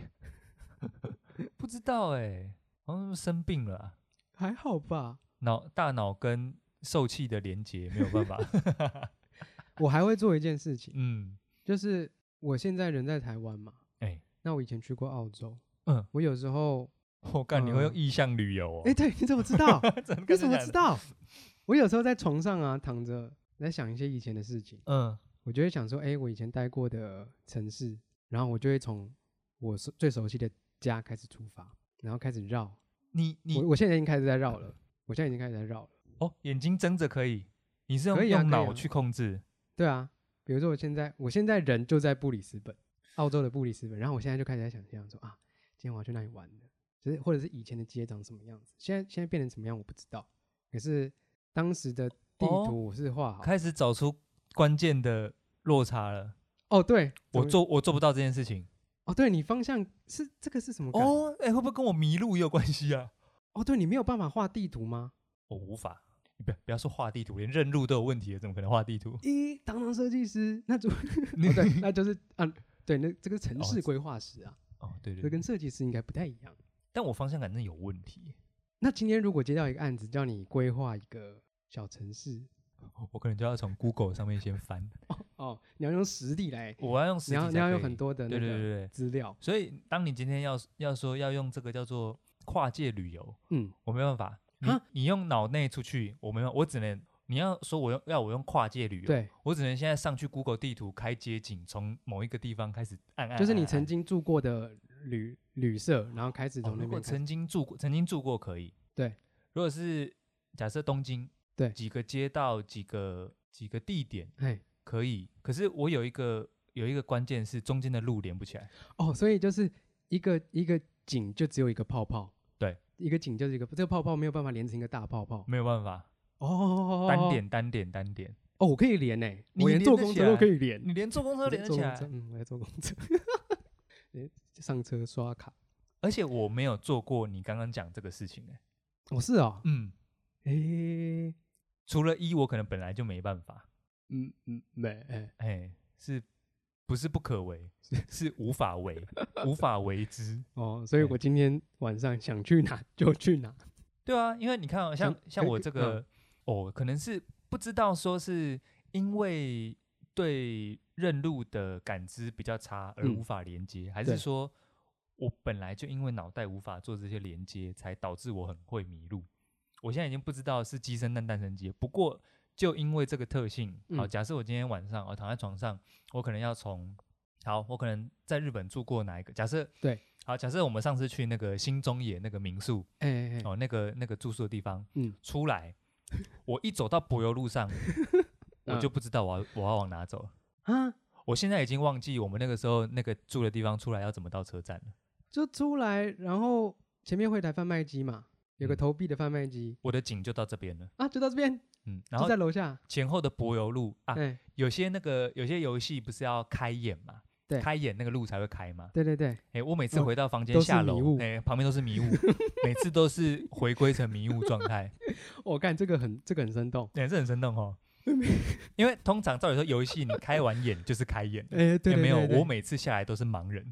S1: 不知道哎、好像是不是生病了啊、
S2: 还好吧。
S1: 脑大脑跟受气的连接没有办法。 *laughs*
S2: 我还会做一件事情，
S1: 嗯，
S2: 就是我现在人在台湾嘛，
S1: 哎
S2: 那我以前去过澳洲，
S1: 嗯，
S2: 我有时候，
S1: 我看你会用
S2: 嗯
S1: 意向旅游哦。
S2: 哎、对，你怎么知
S1: *laughs*
S2: 道？
S1: 真的
S2: 你
S1: 跟
S2: 怎
S1: 你
S2: 么
S1: 讲的？
S2: 知道？我有时候在床上啊，躺着在想一些以前的事情，
S1: 嗯，
S2: 我就会想说，哎、我以前待过的城市，然后我就会从我熟最熟悉的家开始出发，然后开始绕。
S1: 你你
S2: 我我现在已经开始在绕
S1: *laughs*
S2: 了，我现在已经开始在绕了。
S1: 哦，眼睛睁着可以，你是用、
S2: 可以啊
S1: 用
S2: 可以
S1: 脑
S2: 啊
S1: 去控制。
S2: 对啊，比如说我现在，我现在人就在布里斯本，澳洲的布里斯本，然后我现在就开始在想象说啊，今天我要去那里玩的，就是或者是以前的街长什么样子，现在现在变成怎么样我不知道，可是当时的地
S1: 哦
S2: 图我是画好的，
S1: 开始找出关键的落差了。
S2: 哦对，
S1: 我
S2: 终于
S1: 做我做不到这件事情
S2: 哦对你方向是这个是什么感？
S1: 哦，哎、会不会跟我迷路也有关系啊？
S2: 哦对你没有办法画地图吗？
S1: 我无法，不要不要说画地图，连认路都有问题了，怎么可能画地图？
S2: 咦，当当设计师，那 *laughs* 就、哦、
S1: 你
S2: 对，那就是啊，对，那这个城
S1: 哦
S2: 市规划师啊，
S1: 哦，对
S2: 这
S1: 对
S2: 跟
S1: 对，
S2: 设计师应该不太一样。
S1: 但我方向感真的有问题，
S2: 那今天如果接到一个案子，叫你规划一个小城市，
S1: 我可能就要从 Google 上面先翻，
S2: 哦，你要用实地来，
S1: 我要用实
S2: 你要
S1: 体
S2: 你
S1: 才
S2: 要
S1: 可
S2: 有很
S1: 以
S2: 多的那
S1: 对对对
S2: 个
S1: 对，
S2: 资料，
S1: 所以当你今天要要说要用这个叫做跨界旅游，
S2: 嗯，
S1: 我没办法，你
S2: 啊
S1: 你用脑内出去，我没有，我只能你要说我用要我用跨界旅游，
S2: 对，
S1: 我只能现在上去 Google 地图开街景，从某一个地方开始按按，
S2: 就是
S1: 按
S2: 你
S1: 按
S2: 曾
S1: 按
S2: 经住过的旅旅社，然后开始
S1: 哦，
S2: 从那
S1: 如果
S2: 边开始，
S1: 曾经住过，曾经住过可以。
S2: 对，
S1: 如果是假设东京，
S2: 对
S1: 几个街道、几个几个地点
S2: 哎，
S1: 可以，可是我有一个有一个关键是中间的路连不起来。
S2: 哦，所以就是一个一个景就只有一个泡泡，
S1: 对，
S2: 一个景就是一个这个泡泡没有办法连成一个大泡泡，
S1: 没有办法，
S2: 哦，
S1: 单点单点单点，
S2: 哦，我可以连诶，
S1: 你
S2: 我连
S1: 连
S2: 坐
S1: 得
S2: 公
S1: 起
S2: 车都
S1: 来
S2: 可以连，
S1: 你连坐公车都
S2: 我在
S1: 连得
S2: 坐
S1: 起
S2: 公
S1: 来
S2: 车，嗯，我在坐公车， *laughs* 连上车刷卡，
S1: 而且我没有做过你刚刚讲这个事情、欸、
S2: 哦，是哦，
S1: 嗯，
S2: 诶，
S1: 除了一，我可能本来就没办法，
S2: 嗯嗯，没，哎，
S1: 哎、是不是不可为？是无法为，无法为之。
S2: 哦，所以
S1: 对
S2: 我今天晚上想去哪 *laughs* 就去哪，
S1: 对啊，因为你看啊，像
S2: 可
S1: 像
S2: 可
S1: 我
S2: 可
S1: 这
S2: 嗯
S1: 个、哦，可能是不知道说是因为对认路的感知比较差而
S2: 嗯
S1: 无法连接，还
S2: 对
S1: 是说我本来就因为脑袋无法做这些连接，才导致我很会迷路。我现在已经不知道是鸡生蛋蛋生鸡，不过就因为这个特性，好，
S2: 嗯
S1: 假设我今天晚上我、躺在床上，我可能要从好，我可能在日本住过哪一个？假设
S2: 对，
S1: 好，假设我们上次去那个新中野那个民宿，
S2: 哎哎，哎
S1: 哦，那个那个住宿的地方，
S2: 嗯
S1: 出来，我一走到柏油路
S2: *laughs*
S1: 上，我
S2: 嗯
S1: 就不知道我要我要往哪走了。
S2: 啊，
S1: 我现在已经忘记我们那个时候那个住的地方出来要怎么到车站了。
S2: 就出来，然后前面会有台贩卖机嘛，有个
S1: 嗯
S2: 投币的贩卖机
S1: 我的景就到这边了，
S2: 啊，就到这边，
S1: 嗯，然
S2: 就
S1: 后
S2: 在楼下，
S1: 前后的柏油路啊，
S2: 哎，
S1: 有些那个有些游戏不是要开眼嘛，
S2: 对
S1: 开眼那个路才会开嘛。
S2: 对对对，
S1: 哎，我每次
S2: 嗯
S1: 回到房
S2: 都
S1: 间
S2: 是
S1: 下
S2: 迷
S1: 楼
S2: 雾，
S1: 哎，旁边都是迷雾， *laughs* 每次都是回归成迷雾状态，
S2: 我看哦这个很这个很生动，
S1: 哎，这很生动
S2: *laughs*
S1: 哦。因为通常照理说游戏你开完眼就是开眼，
S2: 哎，对，
S1: 也
S2: 对
S1: 没有，
S2: 对对
S1: 我每次下来都是盲人，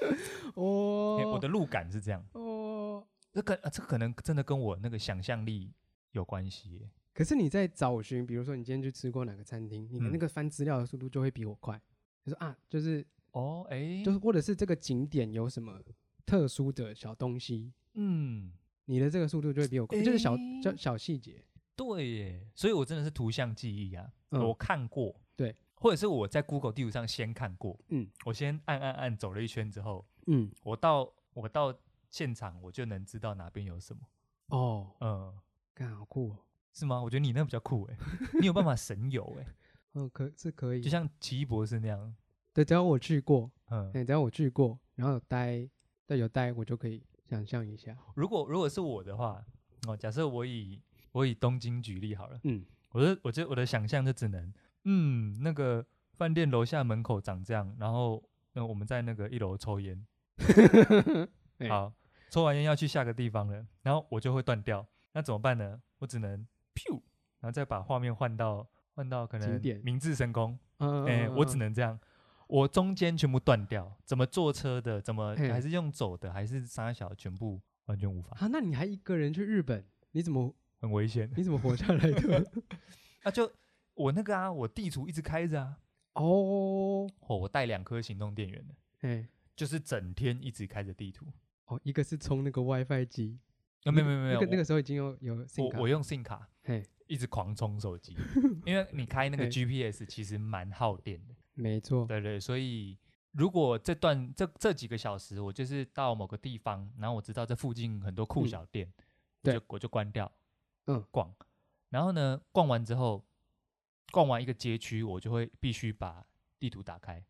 S1: 欸
S2: 哦，
S1: *laughs* 我的路感是这样。
S2: 哦，
S1: 这个、呃这可能真的跟我那个想象力有关系耶。
S2: 可是你在找寻，比如说你今天去吃过哪个餐厅，你的那
S1: 嗯
S2: 个翻资料的速度就会比我快，就是啊，就是
S1: 哦，哎、
S2: 就是，或者是这个景点有什么特殊的小东西，
S1: 嗯，
S2: 你的这个速度就会比我快，就是小小
S1: 诶
S2: 小细节，
S1: 对耶，所以我真的是图像记忆啊，
S2: 嗯
S1: 我看过，
S2: 对，
S1: 或者是我在 Google 地图上先看过，
S2: 嗯
S1: 我先按按按走了一圈之后，
S2: 嗯，
S1: 我到我到现场我就能知道哪边有什么，
S2: 哦，
S1: 嗯。
S2: 看好酷哦，
S1: 是吗？我觉得你那比较酷哎、你有办法神游
S2: *laughs*
S1: 哎、
S2: 嗯，可是可以
S1: 就，像奇异博士那样，
S2: 对，只要我去过，
S1: 嗯，
S2: 哎，只要我去过，然后有待，对，有待，我就可以想象一下，
S1: 如果如果是我的话，哦，假设我以我以东京举例好了，
S2: 嗯，
S1: 我的我觉得我的想象就只能，嗯，那个饭店楼下门口长这样，然后那我们在那个一楼抽烟，
S2: 哎
S1: 好，抽完烟要去下个地方了，然后我就会断掉，那怎么办呢？我只能噗，然后再把画面换到换到可能
S2: 景点
S1: 明治神宫，
S2: 嗯，
S1: 哎、我只
S2: 嗯
S1: 能这样。我中间全部断掉，怎么坐车的，怎么
S2: 嘿
S1: 还是用走的，还是傻小，全部完全无法，
S2: 啊，那你还一个人去日本，你怎么
S1: 很危险。
S2: 你怎么活下来的？ *laughs*
S1: 啊，就我那个啊，我地图一直开着啊，
S2: 哦，
S1: 哦，我带两颗行动电源的，
S2: 哎，
S1: 就是整天一直开着地图。
S2: 哦，一个是充那个 WiFi 机，
S1: 啊，没有没有没
S2: 那
S1: 有，
S2: 个那个时候已经有有
S1: 我
S2: SIM 卡
S1: 我我用 SIM 卡
S2: 嘿，
S1: 一直狂充手
S2: *laughs*
S1: 机，因为你开那个
S2: 嘿
S1: GPS 其实蛮耗电的，
S2: 没错，
S1: 对对，所以。如果这段这这几个小时，我就是到某个地方，然后我知道这附近很多酷
S2: 嗯
S1: 小店，我
S2: 对
S1: 就我就关掉，
S2: 嗯
S1: 逛。然后呢，逛完之后，逛完一个街区，我就会必须把地图打开，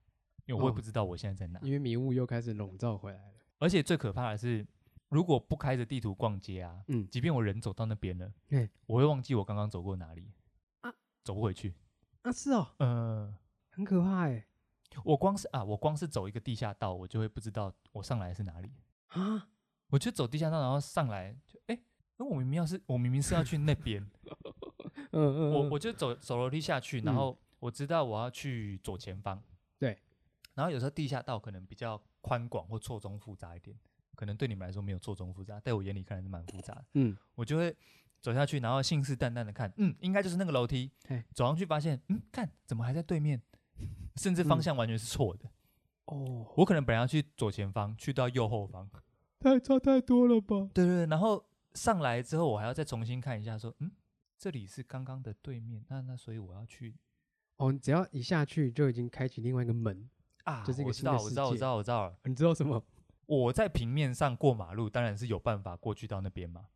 S1: 因为我也不知道我现在在哪。
S2: 嗯因为迷雾又开始笼罩回来了。
S1: 而且最可怕的是，如果不开着地图逛街啊，
S2: 嗯
S1: 即便我人走到那边了，
S2: 嗯
S1: 我会忘记我刚刚走过哪里
S2: 啊
S1: 走不回去。
S2: 啊，是哦，
S1: 嗯，
S2: 很可怕哎
S1: 我光是啊，我光是走一个地下道，我就会不知道我上来是哪里。
S2: 啊！
S1: 我就走地下道，然后上来就哎，那、我明明要是我明明是要去那边，
S2: 嗯 *laughs* 嗯，
S1: 我
S2: 嗯
S1: 我就走走楼梯下去，然
S2: 嗯
S1: 后我知道我要去左前方。
S2: 对，
S1: 然后有时候地下道可能比较宽广或错综复杂一点，可能对你们来说没有错综复杂，在我眼里看来是蛮复杂的。
S2: 嗯
S1: 我就会走下去，然后信誓旦旦的看，嗯，应该就是那个楼梯
S2: 嘿。
S1: 走上去发现，嗯，看怎么还在对面，甚至方
S2: 嗯
S1: 向完全是错的。
S2: 哦，
S1: 我可能本来要去左前方，去到右后方。
S2: 太差太多了吧？
S1: 对对对，然后上来之后，我还要再重新看一下，说，嗯，这里是刚刚的对面，那那所以我要去
S2: 哦，你只要一下去就已经开启另外一个门，
S1: 啊，
S2: 这是一个
S1: 我
S2: 新
S1: 知道，
S2: 的
S1: 我
S2: 世
S1: 知道，我
S2: 界
S1: 知道，我知道了。
S2: 你知道什么？
S1: 我在平面上过马路，当然是有办法过去到那边嘛。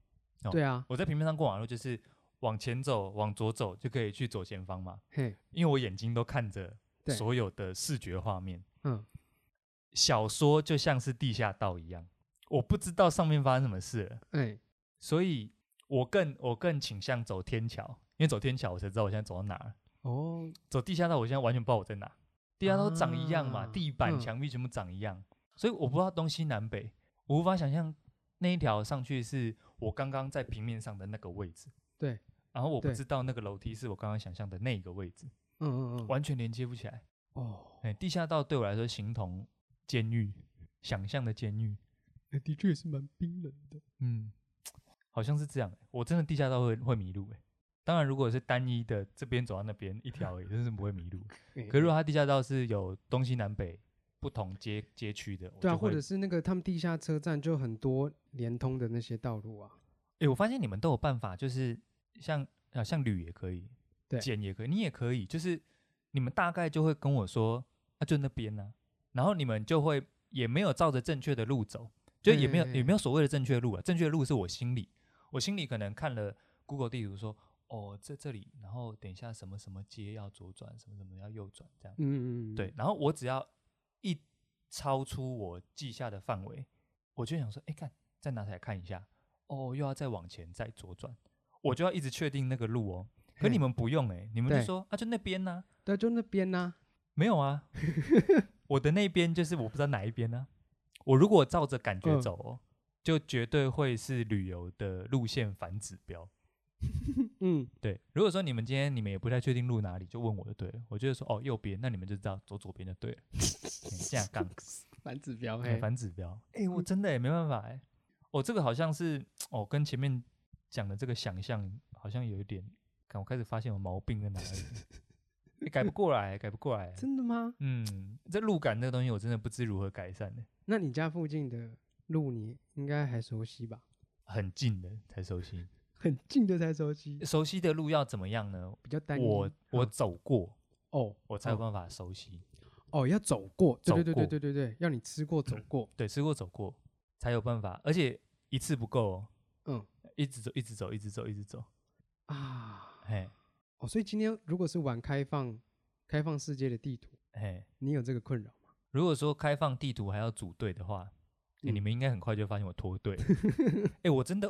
S1: 哦
S2: 对啊，
S1: 我在平面上过马路就是往前走，往左走就可以去左前方嘛，
S2: 嘿，
S1: 因为我眼睛都看着
S2: 对
S1: 所有的视觉画面。
S2: 嗯，
S1: 小说就像是地下道一样，我不知道上面发生什么事了。
S2: 哎，
S1: 所以我更我更倾向走天桥，因为走天桥我才知道我现在走到哪儿。
S2: 哦，
S1: 走地下道，我现在完全不知道我在哪。地下道都长一样嘛，
S2: 啊
S1: 地板、
S2: 嗯
S1: 墙壁全部长一样，所以我不知道东西南北，我无法想象那一条上去是我刚刚在平面上的那个位置。
S2: 对。
S1: 然后我不
S2: 对
S1: 知道那个楼梯是我刚刚想象的那个位置，
S2: 嗯嗯嗯，
S1: 完全连接不起来。
S2: 哦，
S1: 哎，地下道对我来说形同监狱，想象的监狱。
S2: 哎的确也是蛮冰冷的。
S1: 嗯，好像是这样欸、我真的地下道会会迷路哎、当然，如果是单一的这边走到那边一条而已，真是不会
S2: *laughs*
S1: 迷路。
S2: 哎
S1: 可是如果它地下道是有东西南北不同街街区的，我
S2: 对啊，
S1: 就
S2: 或
S1: 会
S2: 者是那个他们地下车站就很多连通的那些道路啊，
S1: 诶，我发现你们都有办法，就是像啊像旅也可以，
S2: 对
S1: 简也可以，你也可以，就是你们大概就会跟我说啊，就那边呢、然后你们就会也没有照着正确的路走，就也没有也没有所谓的正确的路啊，正确的路是我心里，我心里可能看了 Google 地图说。哦，这这里，然后等一下什么什么街要左转，什么什么要右转，这样。
S2: 嗯嗯嗯，
S1: 对，，然后我只要一超出我记下的范围，我就想说，哎，看再拿起来看一下，哦，又要再往前再左转，我就要一直确定那个路哦。可你
S2: 嘿
S1: 们不用哎、你们就
S2: 对
S1: 说啊，就那边呢、
S2: 对，就那边呐、
S1: 没有
S2: *laughs*
S1: 啊，我的那边就是我不知道哪一边呢、我如果照着感觉
S2: 嗯
S1: 走哦，就绝对会是旅游的路线反指标。
S2: 嗯，
S1: 对，如果说你们今天你们也不太确定路哪里，就问我就对了。我就会说哦右边，那你们就知道走左边就对了。 *laughs* 嘿这样杠
S2: 反指标
S1: 哎，
S2: 嘿，
S1: 反指标。哎、我真的也、没办法哎、我、这个好像是哦，跟前面讲的这个想象好像有一点，看我开始发现有毛病在哪里欸、改不过来，改不过 *laughs* 来。
S2: 真的吗？
S1: 嗯，这路感这个东西我真的不知如何改善呢、
S2: 那你家附近的路你应该还熟悉吧？
S1: 很近的才熟悉，
S2: 很近的才熟悉，
S1: 熟悉的路要怎么样呢？
S2: 比较单一。
S1: 我我
S2: 嗯
S1: 走过，
S2: 哦
S1: 我才有
S2: 嗯
S1: 办法熟悉。
S2: 哦，要走过，对对
S1: 走
S2: 对
S1: 过
S2: 对对对对，要你吃过走过，
S1: 对，吃过走过才有办法，而且一次不够、哦，
S2: 嗯
S1: 一直走，一直走，一直走，一直走。
S2: 啊，
S1: 嘿，
S2: 哦，所以今天如果是玩开放开放世界的地图，
S1: 嘿。
S2: 你有这个困扰吗？
S1: 如果说开放地图还要组队的话，欸你
S2: 嗯
S1: 们应该很快就发现我脱
S2: *laughs*
S1: 队了。哎、我真的，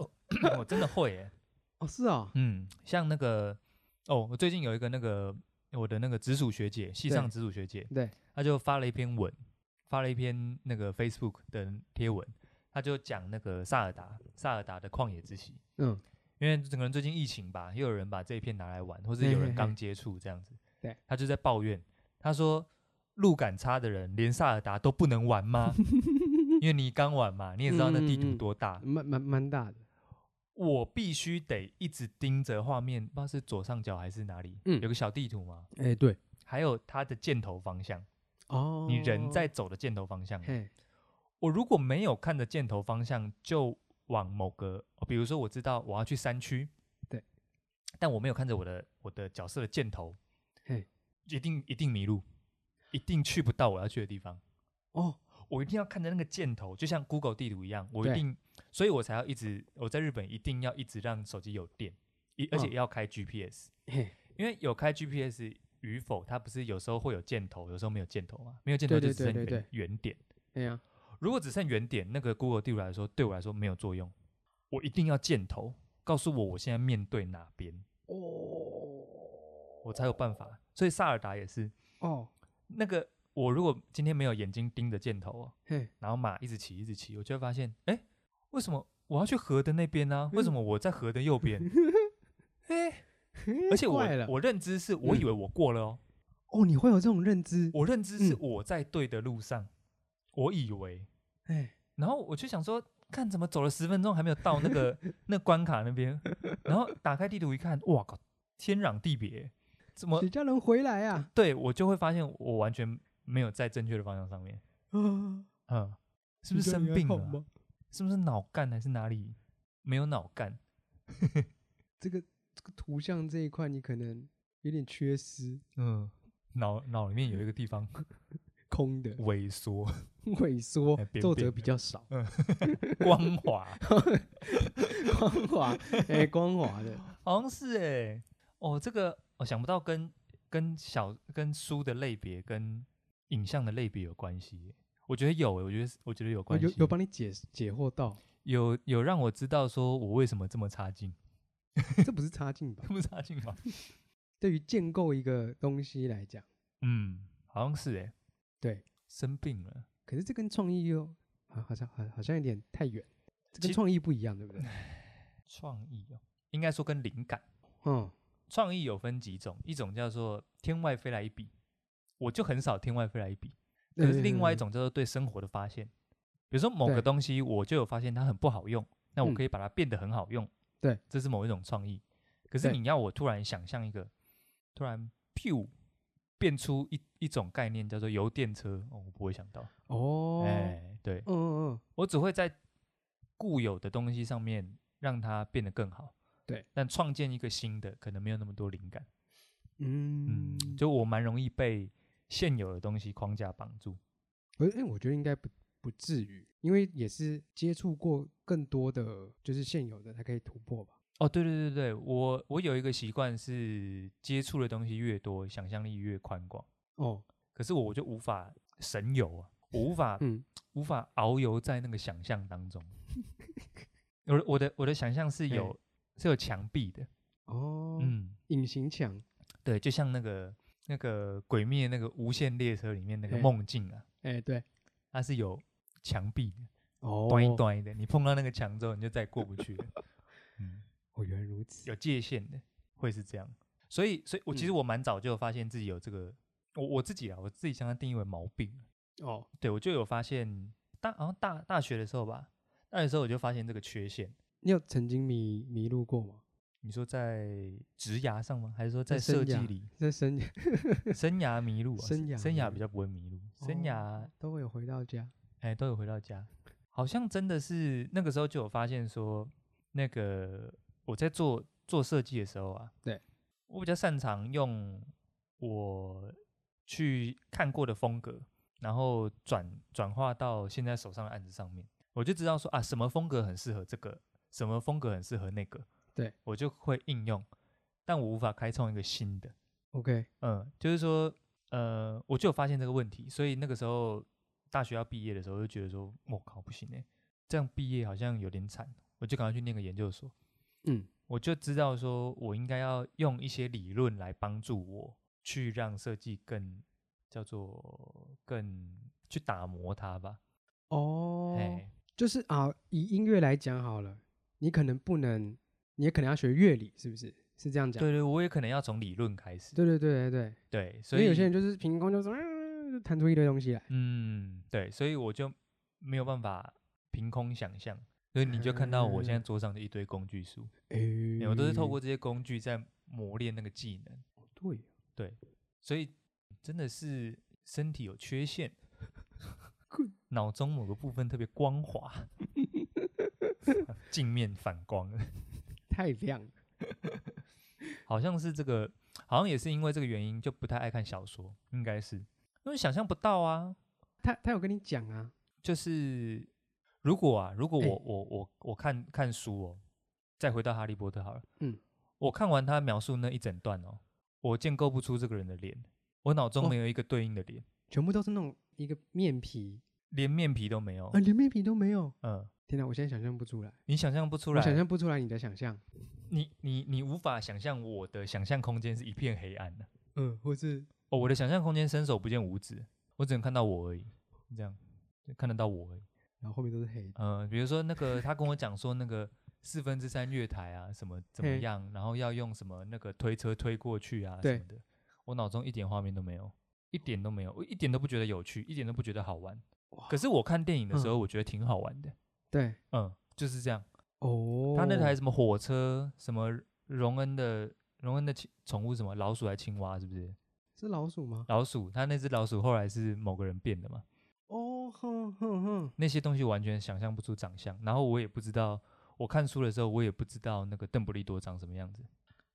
S1: 我真的会、欸。
S2: 哦，是啊、
S1: 嗯，像那个，哦，我最近有一个那个我的那个直属学姐，系上
S2: 对
S1: 直属学姐，
S2: 对，
S1: 她就发了一篇文，发了一篇那个 Facebook 的贴文，她就讲那个萨尔达，萨尔达的旷野之息。
S2: 嗯，
S1: 因为可能最近疫情吧，又有人把这一片拿来玩，或是
S2: 嘿
S1: 有
S2: 嘿
S1: 人
S2: 嘿
S1: 刚接触这样子。
S2: 对，
S1: 他就在抱怨，他说路感差的人连萨尔达都不能玩吗？ *laughs* 因为你刚玩嘛，你也知道那地
S2: 嗯嗯
S1: 图
S2: 嗯
S1: 多大，
S2: 蛮蛮蛮大的，
S1: 我必须得一直盯着画面，不知道是左上角还是哪里，
S2: 嗯
S1: 有个小地图嘛，
S2: 哎、对，
S1: 还有它的箭头方向，
S2: 哦，
S1: 你人在，走的箭头方向嘛。
S2: 嘿，
S1: 我如果没有看着箭头方向，就往某个，哦比如说我知道我要去山区，
S2: 对，
S1: 但我没有看着我的我的角色的箭头，
S2: 嘿，
S1: 一定一定迷路，一定去不到我要去的地方。
S2: 哦，
S1: 我一定要看着那个箭头，就像 Google 地图一样，我一
S2: 对
S1: 定，所以我才要一直我在日本一定要一直让手机有电，一而且
S2: 嗯
S1: 要开 GPS，、
S2: 嘿，
S1: 因为有开 GPS，与否，它不是有时候会有箭头，有时候没有箭头嘛？没有箭头
S2: 对
S1: 就
S2: 对
S1: 只
S2: 对
S1: 剩
S2: 对
S1: 原
S2: 对
S1: 原点。
S2: 对哎呀、
S1: 如果只剩原点，那个 Google 地图来说，对我来说没有作用。我一定要箭头告诉我我现在面对哪边，
S2: 哦
S1: 我才有办法。所以萨尔达也是
S2: 哦，
S1: 那个，我如果今天没有眼睛盯着箭头哦，
S2: 嘿，
S1: 然后马一直骑一直骑，我就会发现，哎，为什么我要去河的那边
S2: *laughs*
S1: 呢、为什么我在河的右边？哎、而且我
S2: 怪了嗯
S1: 我认知是我以为我过了哦，
S2: 哦，你会有这种认知，
S1: 我认知是
S2: 嗯
S1: 我在对的路上，我以为，
S2: 哎，
S1: 然后我就想说，看怎么走了十分钟还没有到那
S2: *laughs*
S1: 个那关卡那边，然后打开地图一看，哇靠，天壤地别，怎么
S2: 谁叫人回来啊？
S1: 对我就会发现我完全没有在正确的方向上面，
S2: 啊，
S1: 嗯，是不
S2: 你
S1: 是
S2: 家里
S1: 生
S2: 还
S1: 病
S2: 好
S1: 了啊、
S2: 吗？
S1: 是不是脑干还是哪里没有脑干？
S2: 这个这个图像这一块，你可能有点缺失，
S1: 嗯，脑脑里面有一个地方 *laughs*
S2: 空的 *laughs*
S1: 萎缩、
S2: 萎缩
S1: 哎扁，
S2: 皱褶
S1: 扁
S2: 比
S1: 的
S2: 较少， *laughs*
S1: 光滑，
S2: 光滑，哎、光滑的，
S1: 好像是哎、哦，这个我、想不到跟跟小跟书的类别跟影像的类别有关系耶、我觉得有、欸，我觉得是我觉得有
S2: 我
S1: 关系
S2: 哦有，有帮你解解惑到， *laughs*
S1: 有有让我知道说我为什么这么差劲， *laughs*
S2: 这不是差劲吧
S1: 这？么差劲吗？
S2: 对于建构一个东西来讲，
S1: 嗯，好像是哎、
S2: 对，
S1: 生病了，
S2: 可是这跟创意又啊好好像好好像有点太远，这
S1: 其
S2: 跟
S1: 实
S2: 创意不一
S1: *laughs*
S2: 样，对不对？
S1: 创意哦，应该说跟灵感。
S2: 嗯，
S1: 创意有分几种，一种叫做天外飞来一笔，我就很少天外飞来一笔。可是另外一
S2: 嗯
S1: 种叫做对生活的发现，比如说某
S2: 对
S1: 个东西，我就有发现它很不好用，那我
S2: 嗯
S1: 可以把它变得很好用。
S2: 对，
S1: 这是某一种创意。可是
S2: 对
S1: 你要我突然想象一个，突然 pew 变出一一种概念叫做油电车，哦，我不会想到。
S2: 哦，
S1: 哎，对
S2: 嗯嗯嗯，
S1: 我只会在固有的东西上面让它变得更好。
S2: 对，
S1: 但创建一个新的，可能没有那么多灵感。
S2: 嗯，
S1: 嗯，就我蛮容易被现有的东西框架绑住。
S2: 我哎，我觉得应该不不至于，因为也是接触过更多的，就是现有的，它可以突破吧。
S1: 哦，对对对对，我我有一个习惯是接触的东西越多，想象力越宽广。
S2: 哦，
S1: 可是我我就无法神游啊，我无法、
S2: 嗯，
S1: 无法遨游在那个想象当
S2: *laughs*
S1: 中。我的我的我的想象是
S2: 嘿
S1: 有、是有墙壁的，
S2: 哦，
S1: 嗯，
S2: 隐形墙，
S1: 对，就像那个那个《鬼灭》那个无限列车里面那个
S2: 嘿
S1: 梦境啊，
S2: 哎，对，
S1: 它是有墙壁的，
S2: 哦，
S1: 端一端的，你碰到那个墙之后，你就再也过不
S2: *laughs*
S1: 去了。嗯。
S2: 哦，原来如此，
S1: 有界限的，会是这样。所以，所以我其实
S2: 嗯
S1: 我蛮早就有发现自己有这个，我我自己啊，我自己将它定义为毛病了。
S2: 哦，
S1: 对我就有发现大，好像大大学的时候吧，大学的时候我就发现这个缺陷。
S2: 你有曾经迷迷路过吗？
S1: 你说在职涯上吗？还是说在
S2: 在生
S1: 设计
S2: 涯
S1: 里？
S2: 在生
S1: 生涯迷路啊，
S2: 生涯
S1: 生
S2: 迷
S1: 涯
S2: 路哦
S1: 比较不会迷路，生涯
S2: 都会有回到家，
S1: 哎、都有回到家，好像真的是那个时候就有发现说，那个我在做做设计的时候啊，
S2: 对
S1: 我比较擅长用我去看过的风格，然后转转化到现在手上的案子上面，我就知道说啊，什么风格很适合这个，什么风格很适合那个，
S2: 对
S1: 我就会应用，但我无法开创一个新的，
S2: OK，
S1: 嗯，就是说，呃，我就有发现这个问题，所以那个时候大学要毕业的时候，我就觉得说，我靠，不行哎、这样毕业好像有点惨，我就赶快去念个研究所。
S2: 嗯，
S1: 我就知道说我应该要用一些理论来帮助我去让设计更叫做更去打磨它吧。
S2: 哦，
S1: 哎、
S2: 就是啊，以音乐来讲好了，你可能不能，你也可能要学乐理，是不是？是这样讲？
S1: 对对，我也可能要从理论开始。
S2: 对对对对对，
S1: 对，所
S2: 因
S1: 以
S2: 为有些人就是凭空就是、嗯就弹出一堆东西来，
S1: 嗯，对，所以我就没有办法凭空想象，所以你就看到我现在
S2: 嗯
S1: 桌上的一堆工具书，
S2: 诶
S1: 我都是透过这些工具在磨练那个技能，
S2: 对
S1: 所以真的是身体有缺陷
S2: Good，
S1: 脑中某个部分特别光滑，镜面反光，
S2: 太亮了，
S1: 好像是这个，好像也是因为这个原因就不太爱看小说，应该是因为想象不到啊，
S2: 他他有跟你讲啊，
S1: 就是如果啊，如果
S2: 哎
S1: 我、我我我看看书哦，再回到哈利波特好了，
S2: 嗯，
S1: 我看完他描述那一整段哦，我建构不出这个人的脸，我脑中
S2: 哦
S1: 没有一个对应的脸，
S2: 全部都是那种一个面皮
S1: 连面皮都没有
S2: 啊，。连面皮都没有。
S1: 嗯，
S2: 天哪，我现在想象不出来，
S1: 你想象不出
S2: 我想
S1: 来，
S2: 象不出来你的想象。
S1: 你你你无法想象我的想象空间是一片黑暗的。
S2: 嗯，或是
S1: 哦，我的想象空间伸手不见五指，我只能看到我而已，这样就看得到我而已。
S2: 然后后面都是黑的。
S1: 嗯、比如说那个他跟我讲说那个四分之三月台啊，什么怎么
S2: 嘿
S1: 样，然后要用什么那个推车推过去啊什
S2: 对
S1: 么的，我脑中一点画面都没有，一点都没有，我一点都不觉得有趣，一点都不觉得好玩。
S2: 哇嗯
S1: 可是我看电影的时候，我觉得挺好玩的。
S2: 对，
S1: 嗯，就是这样。
S2: 哦，
S1: 他那台什么火车，什么荣恩的荣恩的亲宠物什么老鼠还青蛙，是不是？
S2: 是老鼠吗？
S1: 老鼠，他那只老鼠后来是某个人变的嘛？
S2: 哦，哼哼哼，
S1: 那些东西完全想象不出长相，然后我也不知道，我看书的时候我也不知道那个邓布利多长什么样子，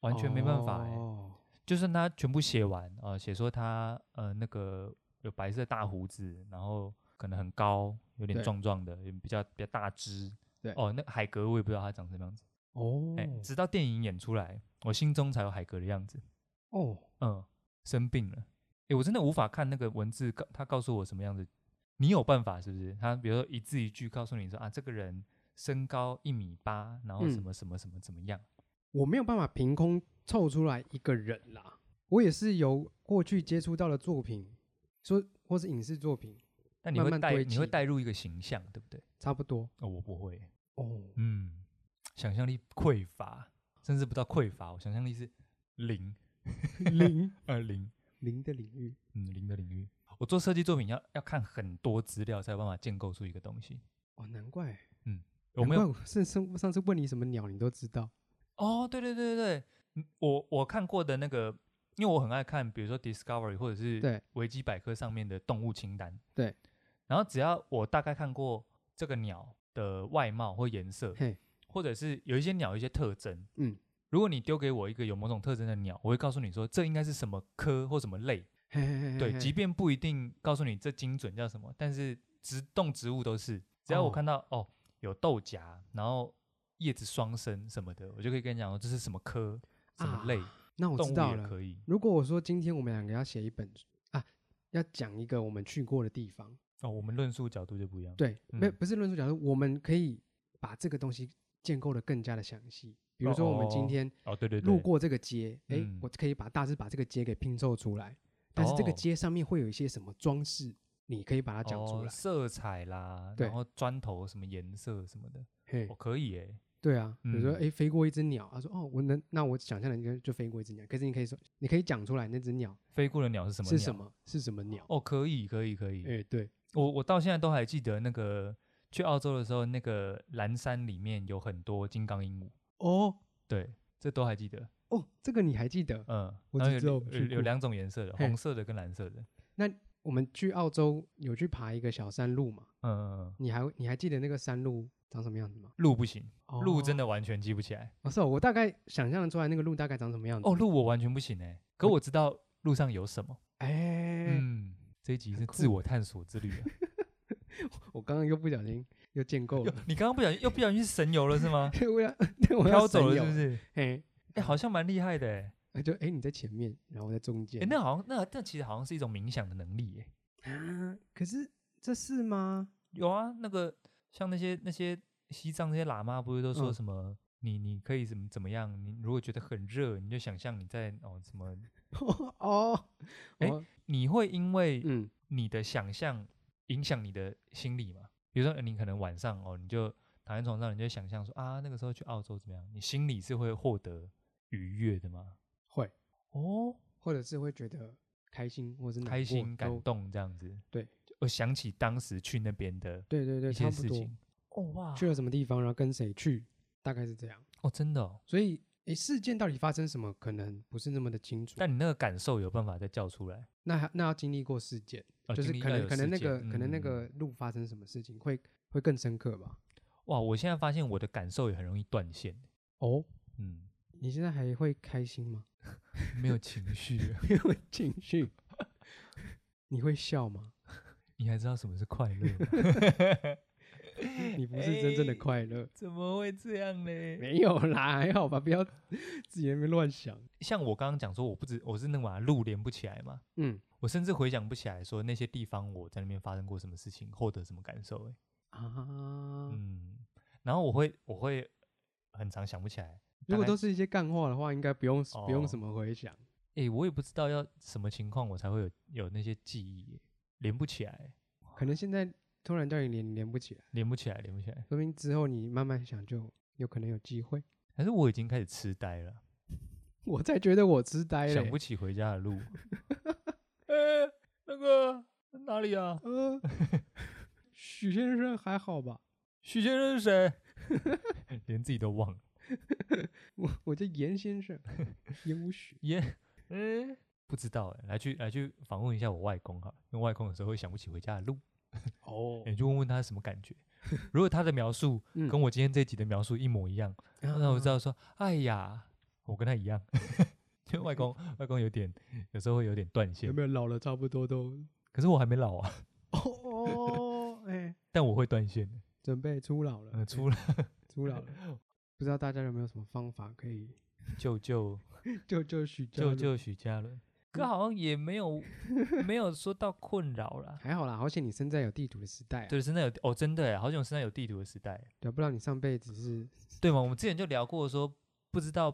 S1: 完全没办法、欸。
S2: 哦，
S1: 就算他全部写完啊，呃写、说他呃那个有白色大胡子，然后可能很高，有点
S2: 对
S1: 壮壮的，也比较比较大只。
S2: 对
S1: 哦，那海格我也不知道他长什么样子，
S2: 哦
S1: 哎、，直到电影演出来，我心中才有海格的样子。
S2: 哦，
S1: 嗯，生病了。诶，我真的无法看那个文字告他告诉我什么样子。你有办法是不是？他比如说一字一句告诉你说啊，这个人身高一米八，然后什
S2: 嗯
S1: 么什么什么怎么样？
S2: 我没有办法凭空凑出来一个人啦。我也是由过去接触到的作品，说或是影视作品，
S1: 但你
S2: 慢
S1: 会
S2: 慢
S1: 带
S2: 堆
S1: 你会
S2: 砌
S1: 带入一个形象，对不对？
S2: 差不多
S1: 哦，我不会，
S2: 哦。
S1: *laughs* 嗯，想象力匮乏，甚至不到匮乏，我想象力是零，
S2: 零
S1: 呃零，
S2: 零的领域，
S1: 嗯零的领域。我做设计作品要要看很多资料才有办法建构出一个东西。
S2: 哦，难怪，
S1: 我没有
S2: 难怪我上上上次问你什么鸟，你都知道。
S1: 哦，对对对对对，嗯我我看过的那个，因为我很爱看，比如说 Discovery 或者是
S2: 对
S1: 维基百科上面的动物清单。
S2: 对，
S1: 然后只要我大概看过这个鸟的外貌或颜色，
S2: 嘿，
S1: 或者是有一些鸟有一些特征，
S2: 嗯，
S1: 如果你丢给我一个有某种特征的鸟，我会告诉你说这应该是什么科或什么类。
S2: 嘿嘿嘿嘿
S1: 对，
S2: 嘿
S1: 即便不一定告诉你这精准叫什么，但是植动植物都是，只要我
S2: 哦
S1: 看到哦有豆荚，然后叶子双生什么的，我就可以跟你讲哦说这是什么科、什么类，
S2: 啊那我
S1: 动
S2: 知
S1: 物
S2: 道
S1: 也
S2: 了。
S1: 可以。
S2: 如果我说今天我们两个要写一本啊，要讲一个我们去过的地方，
S1: 哦，我们论述角度就不一样。，
S2: 对，没有
S1: 嗯
S2: 不是论述角度，我们可以把这个东西建构的更加的详细。比如说，我们
S1: 哦
S2: 今
S1: 哦
S2: 天
S1: 哦对对对，
S2: 路过这个街，哎、
S1: 嗯
S2: 我可以把大致把这个街给拼凑出来，但是这个
S1: 哦
S2: 街上面会有一些什么装饰，你可以把它讲出
S1: 哦
S2: 来。
S1: 色彩啦，
S2: 对
S1: 然后砖头什么颜色什么的，
S2: 嘿
S1: 我、，可以诶。
S2: 对啊，比如说，
S1: 哦嗯
S2: 哎、飞过一只鸟，他说，哦，我能，那我想象的应该就飞过一只鸟，可是你可以说，你可以讲出来那只鸟
S1: 飞过的鸟是什么
S2: 是
S1: 鸟？
S2: 什？么，是什么鸟？
S1: 哦，可以可以可以。
S2: 哎、对，
S1: 我我到现在都还记得那个去澳洲的时候，那个蓝山里面有很多金刚鹦鹉，
S2: 哦
S1: 对，这都还记得。
S2: 哦，这个你还记得？
S1: 嗯，
S2: 我
S1: 然后
S2: 只
S1: 有
S2: 知道我
S1: 两
S2: 们
S1: 有
S2: 去
S1: 有
S2: 过
S1: 两种颜色的，
S2: 嘿
S1: 红色的跟蓝色的。
S2: 我们去澳洲有去爬一个小山路嘛？
S1: 嗯嗯嗯，
S2: 你还你还记得那个山路长什么样子吗？
S1: 路不行，路真
S2: 的，
S1: 的完全记不起来。
S2: 哦，是哦，我大概想象得出来那个路大概长什么样子。
S1: 哦，，路我完全不行哎、可
S2: 我
S1: 我知道路上有什么。
S2: 哎、
S1: 嗯，这一集
S2: 很
S1: 是
S2: 酷
S1: 自我探索之旅
S2: *laughs*
S1: 啊。
S2: 我刚刚又不小心又建构
S1: 哟
S2: 了。？
S1: 你刚刚不小心又不小心神游了是吗
S2: 对，我要，对， *laughs* 我要
S1: 飘走
S2: 神
S1: 了
S2: 游
S1: 是不？是？
S2: 哎，
S1: 哎、好像蛮厉害的哎、
S2: 那就哎，你在前面，然后我在中间。
S1: 哎、那好像那那其实好像是一种冥想的能力耶、欸
S2: 啊，可是这是吗？ *laughs*
S1: 有啊，那个像那些那些西藏那些喇嘛，不是都说
S2: 嗯
S1: 什么、你你可以怎么怎么样？你如果觉得很热，你就想象你在哦什么？
S2: 哦，
S1: 哎
S2: 哦
S1: 你会因为
S2: 嗯，
S1: 你的想象影响你的心理嘛？比如说呃你可能晚上哦，你就躺在床上，你就想象说啊那个时候去澳洲怎么样？你心里是会获得愉悦的吗？
S2: 会，
S1: 哦，
S2: 或者是会觉得开心，或者是难
S1: 开
S2: 过
S1: 心、
S2: 都
S1: 感动这样子。
S2: 对，
S1: 我想起当时去那边的
S2: 对对对，
S1: 一
S2: 差
S1: 些
S2: 不
S1: 事
S2: 多。
S1: 情。哦哇，
S2: 去了什么地方，然后跟谁去，大概是这样。
S1: 哦真的、哦，
S2: 所以，哎，事件到底发生什么，可能不是那么的清楚。
S1: 但你那个感受有办法再叫出来。
S2: 那还那要经历过事件，
S1: 哦
S2: 就是
S1: 经历
S2: 可
S1: 要
S2: 能
S1: 有
S2: 可能
S1: 事
S2: 那
S1: 件
S2: 个可能那
S1: 嗯
S2: 个路发生什么事情，会会更深刻吧？
S1: 哇，我现在发现我的感受也很容易断线。
S2: 哦，
S1: 嗯，
S2: 你现在还会开心
S1: *laughs*
S2: 吗？
S1: 没有情绪， *laughs*
S2: 没有情绪。 *laughs* 你会笑吗？
S1: *laughs* 你还知道什么是快乐吗？
S2: 你不是真正的
S1: 哎
S2: 快乐。
S1: 怎么会这样呢？
S2: 没有啦，还好吧，不要自己在那边乱想。
S1: 像我刚刚讲说，我不知我是能把路连不起来嘛，
S2: 嗯
S1: 我甚至回想不起来说那些地方我在那边发生过什么事情，获得什么感受、欸。
S2: 啊，
S1: 嗯，然后我会我会很常想不起来，
S2: 如果
S1: 大概
S2: 都是一些干话的话，应该不用不用
S1: 哦
S2: 什么回想。
S1: 诶、我也不知道要什么情况我才会有有那些记忆、欸，连不起来欸，
S2: 可能现在突然叫你连连不起来，
S1: 连不起来，连不起来。
S2: 说明之后你慢慢想就有可能有机会。 *laughs*
S1: 还是我已经开始痴呆了，
S2: 我才觉得我痴呆了
S1: 想不
S2: 欸。
S1: 起回家的 *laughs* 路。呃、那个哪里啊？
S2: 呃， *laughs* 许先生还好吧？
S1: 许先生是谁？ *laughs* 连自己都忘了。
S2: 我我叫严先生，严无许。
S1: 耶、嗯，不知道哎、来去来去访问一下我外公哈，因为外公有时候会想不起回家的路，
S2: 哦
S1: 你、就问问他什么感觉。 *laughs* 如果他的描述
S2: 嗯
S1: 跟我今天这集的描述一模一样，啊那我知
S2: 道。
S1: 道说，哎呀，我跟他一样。 *laughs* 因为外公外公有点有时候会有点断
S2: 有
S1: 线，
S2: 没有老了差不多都？
S1: 可是我还没老啊，
S2: 哦，哎，
S1: 但我会断线，
S2: 准备初老了
S1: 嗯、，出 *laughs* 来
S2: 初老了。 *laughs* 不知道大家有没有什么方法可 *laughs* 以
S1: 救救
S2: 救救许家
S1: 救
S2: 伦？
S1: 救许家伦。可
S2: 嗯
S1: 好像也没
S2: *laughs*
S1: 有没有说到困扰啦，
S2: 还好啦，好险你生在有地图的时代啊，
S1: 对，现在有哦，真的耶好久现在有地图的时代耶，
S2: 对啊，不然你上辈子是
S1: 对吗？我们之前就聊过说，不知道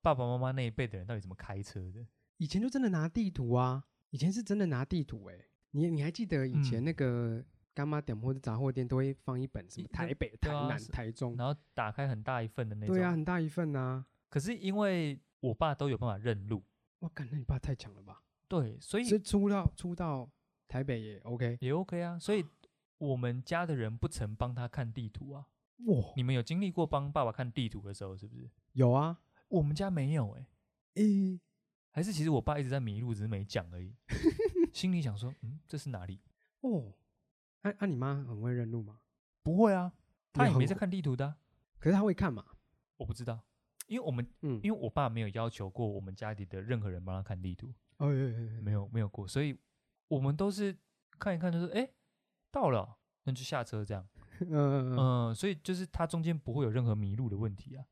S1: 爸爸妈妈那一辈的人到底怎么开车的。
S2: 以前就真的拿地图啊，以前是真的拿地图哎、你你还记得以前
S1: 嗯
S2: 那个干妈店或者杂货店都会放一本什么
S1: 一
S2: 台北、台
S1: 对啊
S2: 南、
S1: 是
S2: 台中，
S1: 然后打开很大一份的那种。
S2: 嗯对啊，很大一份呐、
S1: 可是因为我爸都有办法认路，
S2: 我感觉你爸太强了吧？
S1: 对，所
S2: 所
S1: 以
S2: 以出到出到台北也 OK
S1: 也 OK 啊。所以我们家的人不曾帮他看地图啊。
S2: 哇，
S1: 你们有经历过帮爸爸看地图的时候是不是？
S2: 有啊，
S1: 我们家没有哎、
S2: 咦、
S1: 还是其实我爸一直在迷路，只是没讲而已。心里想说，嗯，这是哪里？
S2: 哦，那、那、你妈很会认路吗？
S1: 不会啊，他
S2: 也
S1: 也
S2: 很
S1: 没在
S2: 会
S1: 看地图的啊、
S2: 可是她会看嘛？
S1: 我不知道，因为我们
S2: 嗯，
S1: 因为我爸没有要求过我们家里的任何人帮他看地图，
S2: 哎哎哎哎
S1: 没有没有过，所以我们都是看一看，就是哎到了哦，那就下车这样。
S2: *laughs* 嗯嗯嗯
S1: 嗯、所以就是它中间不会有任何迷路的问题啊，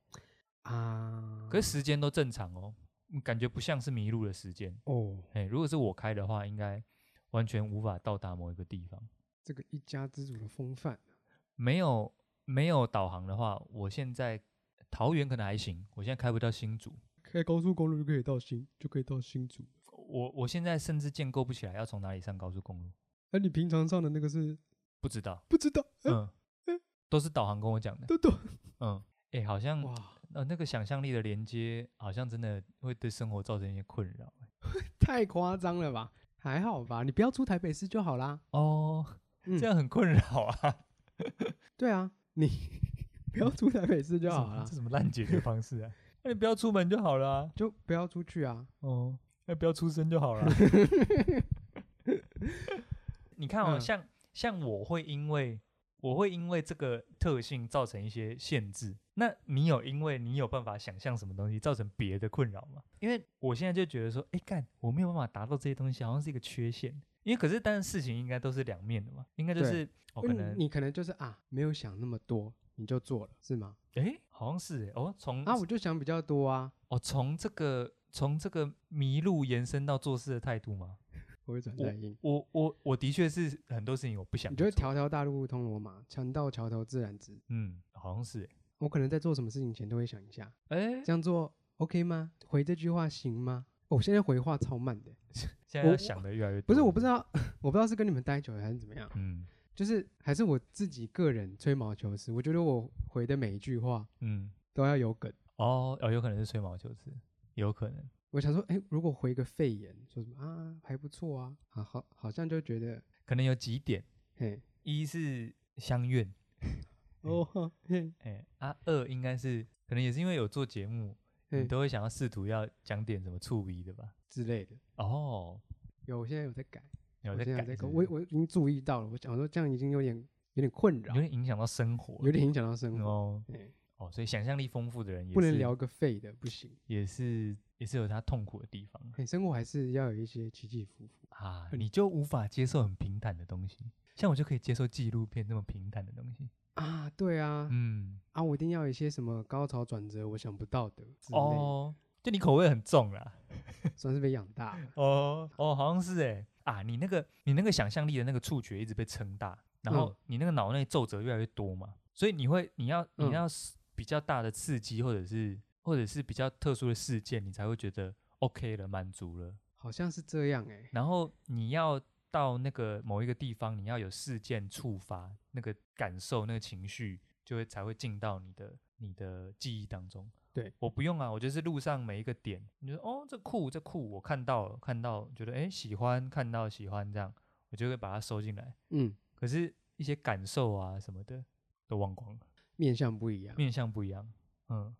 S2: 啊，
S1: 可是时间都正常哦，嗯感觉不像是迷路的时间。
S2: 哦，
S1: 哎，如果是我开的话，应该完全无法到达某一个地方。
S2: 这个一家之主的风范，
S1: 没有没有导航的话，我现在桃园可能还行，我现在开不到新竹，
S2: 开高速公路就可以到新，就可以到新竹。
S1: 我我现在甚至建构不起来要从哪里上高速公路，
S2: 那、你平常上的那个是
S1: 不知道。
S2: 不知道？呃
S1: 嗯，都是导航跟我讲的。
S2: 豆豆，
S1: 嗯，哎、好像
S2: 哇，
S1: 呃那个想象力的连接，好像真的会对生活造成一些困扰。
S2: 嗯太夸张了吧？还好吧，你不要出台北市就好啦。
S1: 哦，
S2: 嗯
S1: 这样很困扰啊！
S2: 对啊，你不要出台北市就
S1: 这什
S2: 好
S1: 么
S2: 啦
S1: 这，什么烂解决方式
S2: *laughs*
S1: 啊？那你不要出门就好了啊、
S2: 就不要出去啊。
S1: 哦，那不要出声就好
S2: *laughs*
S1: 了啊、你看哦，
S2: 嗯
S1: 像像我会因为我会因为这个特性造成一些限制。那你有因为你有办法想象什么东西造成别的困扰吗？因为我现在就觉得说，哎干，我没有办法达到这些东西，好像是一个缺陷。因为可是，但是事情应该都是两面的嘛，应该就
S2: 对
S1: 是哦，
S2: 因
S1: 可
S2: 为
S1: 能
S2: 你你可能就是啊，没有想那么多，你就做了是吗？
S1: 诶，好像是诶，哦，从
S2: 啊，我就想比较多啊，
S1: 哦从这个从这个迷路延伸到做事的态度吗？
S2: 我会转太硬。
S1: 我我我的确是很多事情我不想
S2: 你觉得
S1: 做，
S2: 条条大路通罗马，船到桥头自然直。
S1: 嗯，好像是
S2: 我可能在做什么事情前都会想一下，
S1: 诶，
S2: 这样做 OK 吗？回这句话行吗？哦我现在回话超慢的，
S1: 现在
S2: 我
S1: 要
S2: 我
S1: 想的越来越多，
S2: 不是我不知，道， *laughs* 我不知道是跟你们待久了还是怎么样。
S1: 嗯
S2: 就是还是我自己个人吹毛求疵，我觉得我回的每一句话
S1: 嗯，
S2: 都要有梗。
S1: 哦哦，有可能是吹毛求疵，有可能，
S2: 我想说，哎、如果回个肺炎，说什么啊还不错啊，啊好，好像就觉得，
S1: 可能有几点，
S2: 嘿，
S1: 一是相怨，
S2: 哦，嘿，
S1: 哎啊，二应该是可能也是因为有做节目，你
S2: 嘿
S1: 都会想要试图要讲点什么触鼻的吧？
S2: 之类的。
S1: 哦，
S2: 有，我现在有在改，
S1: 有
S2: 我
S1: 在
S2: 现在
S1: 改
S2: 有在
S1: 是
S2: 改，
S1: 不
S2: 我
S1: 是，
S2: 我已经注意到了。我想说这样已经有点有点困扰
S1: 有，点影响到生活
S2: 有
S1: 了，
S2: 点影响到生活。
S1: 哦
S2: 嘿
S1: 哦，所以想象力丰富的人也
S2: 不能
S1: 是
S2: 聊个肺的，不行。
S1: 也是也是有他痛苦的地方
S2: 嘿，生活还是要有一些起起伏伏。
S1: 啊，
S2: 很
S1: 你就无法接受很平坦的东西，像我就可以接受纪录片那么平坦的东西，
S2: 啊，对啊，
S1: 嗯，
S2: 啊，我一定要有一些什么高潮转折，我想不到的之类的，
S1: 哦，就你口味很重啦。
S2: 算是被养大了。
S1: 哦哦，好像是哎啊，你那个你那个想象力的那个触觉一直被撑大，然后
S2: 嗯
S1: 你那个脑内皱褶越来越多嘛，所以你会你要你
S2: 嗯
S1: 要是比较大的刺激或者是或者是比较特殊的事件，你才会觉得 OK 了，满足了。
S2: 好像是这样哎、
S1: 然后你要到那个某一个地方，你要有事件触发那个感受、那个情绪，就会才会进到你的你的记忆当中。
S2: 对
S1: 我不用啊，我就是路上每一个点，你就说哦，这酷这酷，我看到了，看到觉得诶喜欢，看到喜欢这样，我就会把它收进来。
S2: 嗯，
S1: 可是，一些感受啊什么的都忘光了，
S2: 面相不一样。
S1: 面向不一样。嗯，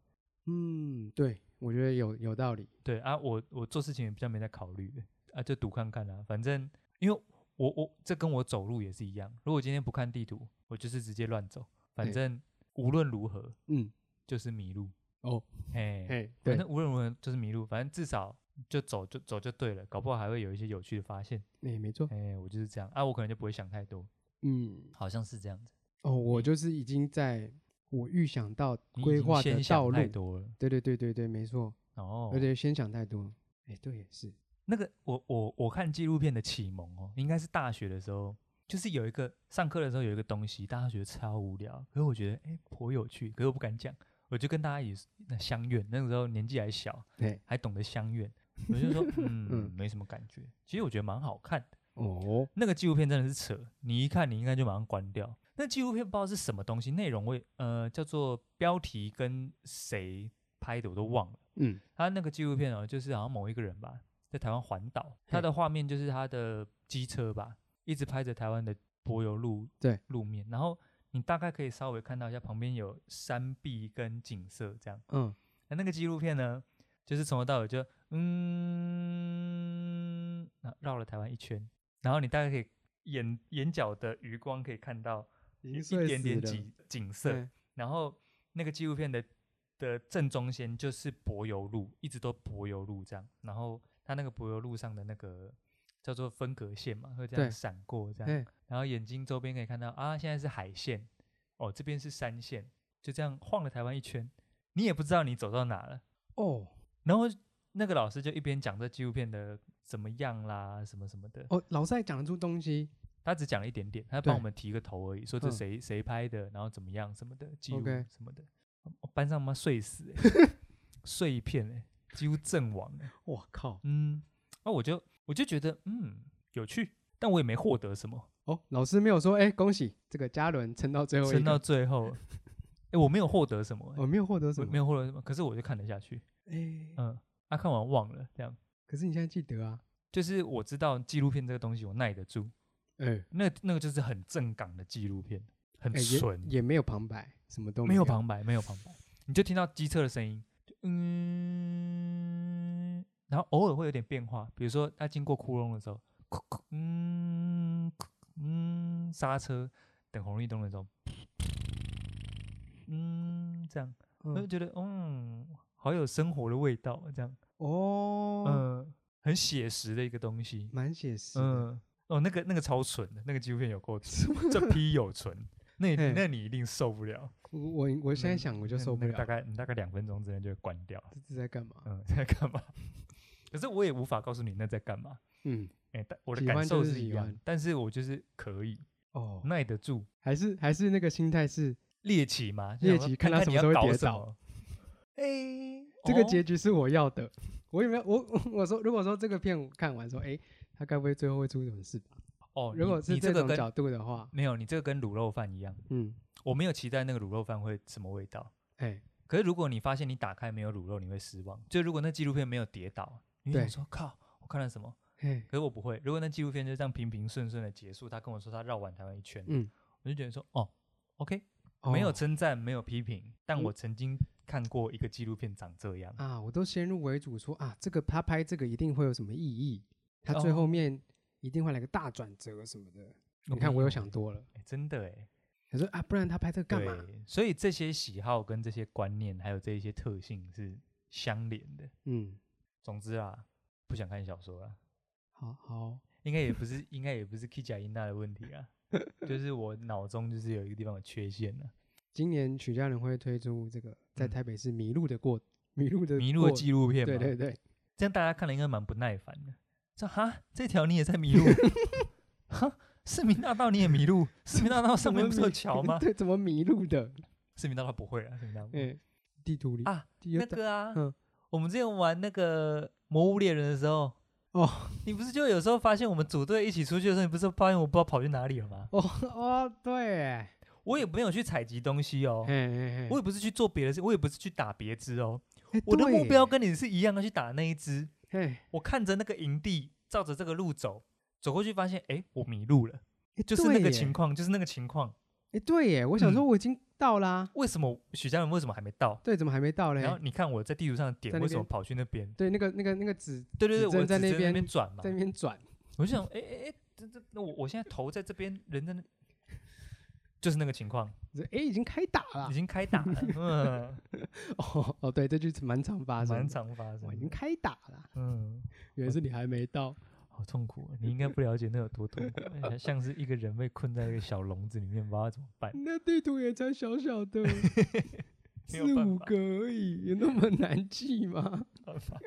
S2: 嗯，对，我觉得有有道理。
S1: 对啊，我我做事情也比较没在考虑啊，就赌看看啦、反正因为我我这跟我走路也是一样，如果今天不看地图，我就是直接乱走，反
S2: 对
S1: 正无论如何
S2: 嗯，
S1: 就是迷路。
S2: 哦，
S1: 哎，
S2: 哎，
S1: 反
S2: 对
S1: 正，无论如何就是迷路，反正至少就走就走就对了，搞不好还会有一些有趣的发现。
S2: 哎，没错。
S1: 哎，我就是这样啊，我可能就不会想太多，
S2: 嗯，
S1: 好像是这样子。
S2: 哦，我就是已经在我预想到
S1: 你已
S2: 规
S1: 经
S2: 划
S1: 先
S2: 的
S1: 想
S2: 道路
S1: 太，多了
S2: 对对对对对，没错，
S1: 哦
S2: 而。且先想太多。哎，对，也是。
S1: 那个我我我看纪录片的启蒙哦，应该是大学的时候，就是有一个上课的时候有一个东西，大家觉得超无聊，可是我觉得哎颇有趣，可是我不敢讲，我就跟大家也是那相怨，那个时候年纪还小，
S2: 对，
S1: 还懂得相怨，我就说嗯没什么感觉，其实我觉得蛮好看的。
S2: 哦，
S1: 那个纪录片真的是扯，你一看你应该就马上关掉。那纪录片不知道是什么东西，内容我也呃叫做标题跟谁拍的我都忘了。
S2: 嗯，
S1: 他那个纪录片哦，就是好像某一个人吧，在台湾环岛，他的画面就是他的机车吧，一直拍着台湾的柏油路
S2: 对
S1: 路面，然后你大概可以稍微看到一下旁边有山壁跟景色这样。
S2: 嗯，
S1: 那那个纪录片呢，就是从头到尾就嗯，那绕了台湾一圈，然后你大概可以眼眼角的余光可以看到
S2: 已
S1: 一
S2: 经
S1: 点
S2: 睡死
S1: 点
S2: 了
S1: 景景色，
S2: 对，
S1: 然后那个纪录片的的正中间就是柏油路，一直都柏油路这样。然后它那个柏油路上的那个叫做分隔线嘛，会这样
S2: 对
S1: 闪过这样。
S2: 哎，
S1: 然后眼睛周边可以看到啊，现在是海线，哦，这边是山线，就这样晃了台湾一圈，你也不知道你走到哪了。
S2: 哦，
S1: 然后那个老师就一边讲这纪录片的怎么样啦，什么什么的，
S2: 哦，老师还讲得出东西。
S1: 他只讲了一点点，他帮我
S2: 对
S1: 们提个头而已，说这
S2: 嗯
S1: 谁谁拍的，然后怎么样什么的，记录
S2: OK
S1: 什么的。我班上妈睡死、欸，
S2: *laughs*
S1: 睡一片哎、几乎阵亡、欸。
S2: 我靠！
S1: 嗯，那、我就我就觉得嗯有趣，但我也没获得什么，
S2: 哦，老师没有说，哎，恭喜这个嘉伦撑到最后一
S1: 撑到
S2: 个，
S1: 最
S2: *laughs*
S1: 后，哎、我没有获得什么欸、
S2: 我没有获得什
S1: 我
S2: 么
S1: 没。有获得什么，可是我就看得下去。
S2: 哎，
S1: 嗯，啊，看完忘了，这样
S2: 可是你现在记得啊？
S1: 就是我知道纪录片这个东西我耐得住，
S2: 哎，
S1: 那那个就是很正港的纪录片，很
S2: 哎
S1: 纯、
S2: 也也没有旁白，什么都
S1: 没有
S2: 有。
S1: 旁白，没有旁白，你就听到机车的声音，就嗯，然后偶尔会有点变化，比如说它经过窟窿的时候，咕咕嗯咕嗯，刹车，等红绿灯的时候，嗯，这样，我就
S2: 嗯
S1: 觉得嗯，好有生活的味道，啊这样，嗯、
S2: 哦，
S1: 很写实的一个东西，
S2: 蛮写实的。
S1: 嗯，哦，那个那个超纯的，那个纪录片有够纯，这批有纯，那你
S2: 嘿
S1: 那你一定受不了。
S2: 我我我现在
S1: 那
S2: 想我就
S1: 嗯那
S2: 受不
S1: 那个
S2: 了，
S1: 大概嗯你大概两分钟之内就会关掉。
S2: 这是在干嘛？
S1: 嗯， *laughs* 在干嘛？可是我也无法告诉你那在干嘛。
S2: 嗯，
S1: 哎、但我的
S2: 喜
S1: 感
S2: 欢
S1: 受
S2: 就是
S1: 是一
S2: 喜
S1: 样
S2: 欢，
S1: 但是我就是可以
S2: 哦，
S1: 耐得住
S2: 还是还是那个心态是
S1: 猎奇嘛，就
S2: 猎
S1: 想说
S2: 奇
S1: 看
S2: 看
S1: 看
S2: 他什
S1: 你
S2: 么
S1: 要
S2: 时候会
S1: 搞
S2: 跌
S1: 什
S2: 倒
S1: 么。哎、
S2: *laughs* 这个
S1: 哦
S2: 结局是我要的。我有没有我我 *laughs* 我说如果说这个片我看完说，哎，他该不会最后会出什么事吧？
S1: 哦，
S2: 如
S1: 你
S2: 果是
S1: 你这个
S2: 种
S1: 跟
S2: 角度的话，
S1: 没有，你这个跟卤肉饭一样，
S2: 嗯，
S1: 我没有期待那个卤肉饭会什么味道。
S2: 哎，
S1: 可是如果你发现你打开没有卤肉，你会失望。就如果那纪录片没有跌倒，你会想
S2: 对
S1: 说靠，我看了什么？
S2: 嘿，
S1: 可是我不会。如果那纪录片就这样平平顺顺的结束，他跟我说他绕完台湾一圈，
S2: 嗯，
S1: 我就觉得说哦，OK，没有
S2: 哦
S1: 称赞，没有批评，但
S2: 嗯
S1: 我曾经看过一个纪录片长这样。
S2: 啊，我都先入为主说啊，这个他拍这个一定会有什么意义，他最后
S1: 哦
S2: 面一定会来个大转折什么的。你
S1: 没
S2: 看我
S1: 有
S2: 有
S1: 欸
S2: 想多了，
S1: 哎真的哎，
S2: 他说啊，不然他拍这个干嘛？
S1: 对，所以这些喜好跟这些观念，还有这一些特性是相连的。
S2: 嗯，
S1: 总之啊，不想看小说啊，
S2: 好好， *laughs*
S1: 应该也不是，应该也不是 Kija 伊娜的问题啊，就是我脑中就是有一个地方有缺陷啊了、
S2: 今年曲家人会推出这个在
S1: 嗯
S2: 台北市迷路的过迷路的
S1: 迷路的
S2: 过
S1: 纪录片嘛，
S2: 对对对，
S1: 这样大家看了应该蛮不耐烦的。这哈，这条你也在迷
S2: *laughs*
S1: 路？哈，市民大道你也迷路？市民大道上
S2: 怎么
S1: 面不是有
S2: 迷 *laughs*
S1: 桥吗？
S2: 对，怎么迷路的？
S1: 市民大道不会啊，市民大道不会
S2: 嗯，地图里
S1: 啊，
S2: 地
S1: 那
S2: 图
S1: 个啊，
S2: 嗯
S1: 我们之前玩那个魔物猎人的时候，
S2: 哦
S1: 你不是就有时候发现我们组队一起出去的时候，你不是发现我不知道跑去哪里了
S2: *laughs*
S1: 吗？
S2: 哦哦，对，
S1: 我也没有去采集东西哦
S2: 嘿，嘿嘿
S1: 我也不是去做别的事，我也不是去打别只哦，
S2: 哎
S1: 我的目
S2: 对
S1: 标跟你是一样的，去打那一只。
S2: 嘿，哎
S1: 我看着那个营地，照着这个路走，走过去发现，哎，我迷路了，就是那
S2: 对
S1: 个
S2: 耶
S1: 情况，就是那个情况。
S2: 哎，对耶，我想说
S1: 嗯
S2: 我已经到啦，
S1: 为什么许家人为什么还没到？
S2: 对，怎么还没到嘞
S1: 然？后你看我在地图上的点
S2: 在那
S1: 为什么
S2: 边
S1: 跑去那边？
S2: 对，那个那个那个指
S1: 对对对，
S2: 指
S1: 我
S2: 针
S1: 的
S2: 在
S1: 指针
S2: 那
S1: 那边
S2: 边
S1: 转嘛
S2: 在，那边转，
S1: 我就想，哎哎哎，这这，那我我现在头在这边，人在那，就是那个情况，
S2: 哎，已经开打
S1: 已 *laughs*
S2: 了，
S1: 经开打
S2: *laughs*
S1: 了，
S2: 哦哦，对，这句蛮常发
S1: 嗯，
S2: 生的，
S1: 蛮常发
S2: 我
S1: 生
S2: 已
S1: 的，
S2: 经开打
S1: *laughs*
S2: 了，
S1: 嗯，
S2: 原来是你还没到，
S1: 好痛苦啊，你应该不了解那有多痛苦，哎像是一个人被困在一个小笼子里面，不知道怎么
S2: *laughs*
S1: 办，
S2: 那地图也才小小的
S1: *laughs* 没
S2: 四
S1: 有办
S2: 五
S1: 法
S2: 个而已，有那么难记吗？ *laughs*
S1: 办法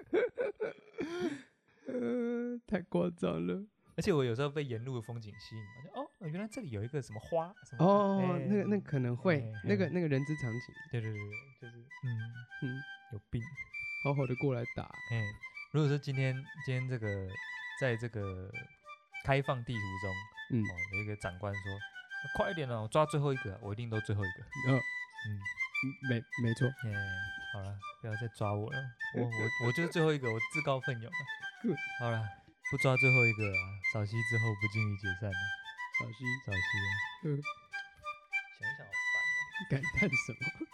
S2: 呃，太夸张了。
S1: 而且我有时候被沿路的风景吸引嘛，就哦，原来这里有一个什么花什么的
S2: 哦，那个
S1: 哎
S2: 那个可能会
S1: 哎，
S2: 那个
S1: 哎
S2: 那个人之常情，
S1: 对对对对，就是嗯，
S2: 嗯，
S1: 有病。
S2: 好好的过来打，
S1: 哎、如果说今天今天这个在这个开放地图中，
S2: 嗯
S1: 哦，有一个长官说，快一点哦，抓最后一个，我一定都最后一个。
S2: 呃，
S1: 嗯，
S2: 没没错
S1: 哎、好了，不要再抓我了，我我我就是最后一个，我自告奋勇了
S2: Good。
S1: 好了，不抓最后一个啊，早期之后不敬礼解散了，
S2: 小西，
S1: 早期啊
S2: 嗯，
S1: 想
S2: *laughs*
S1: 一想好烦哦。
S2: 感叹什么？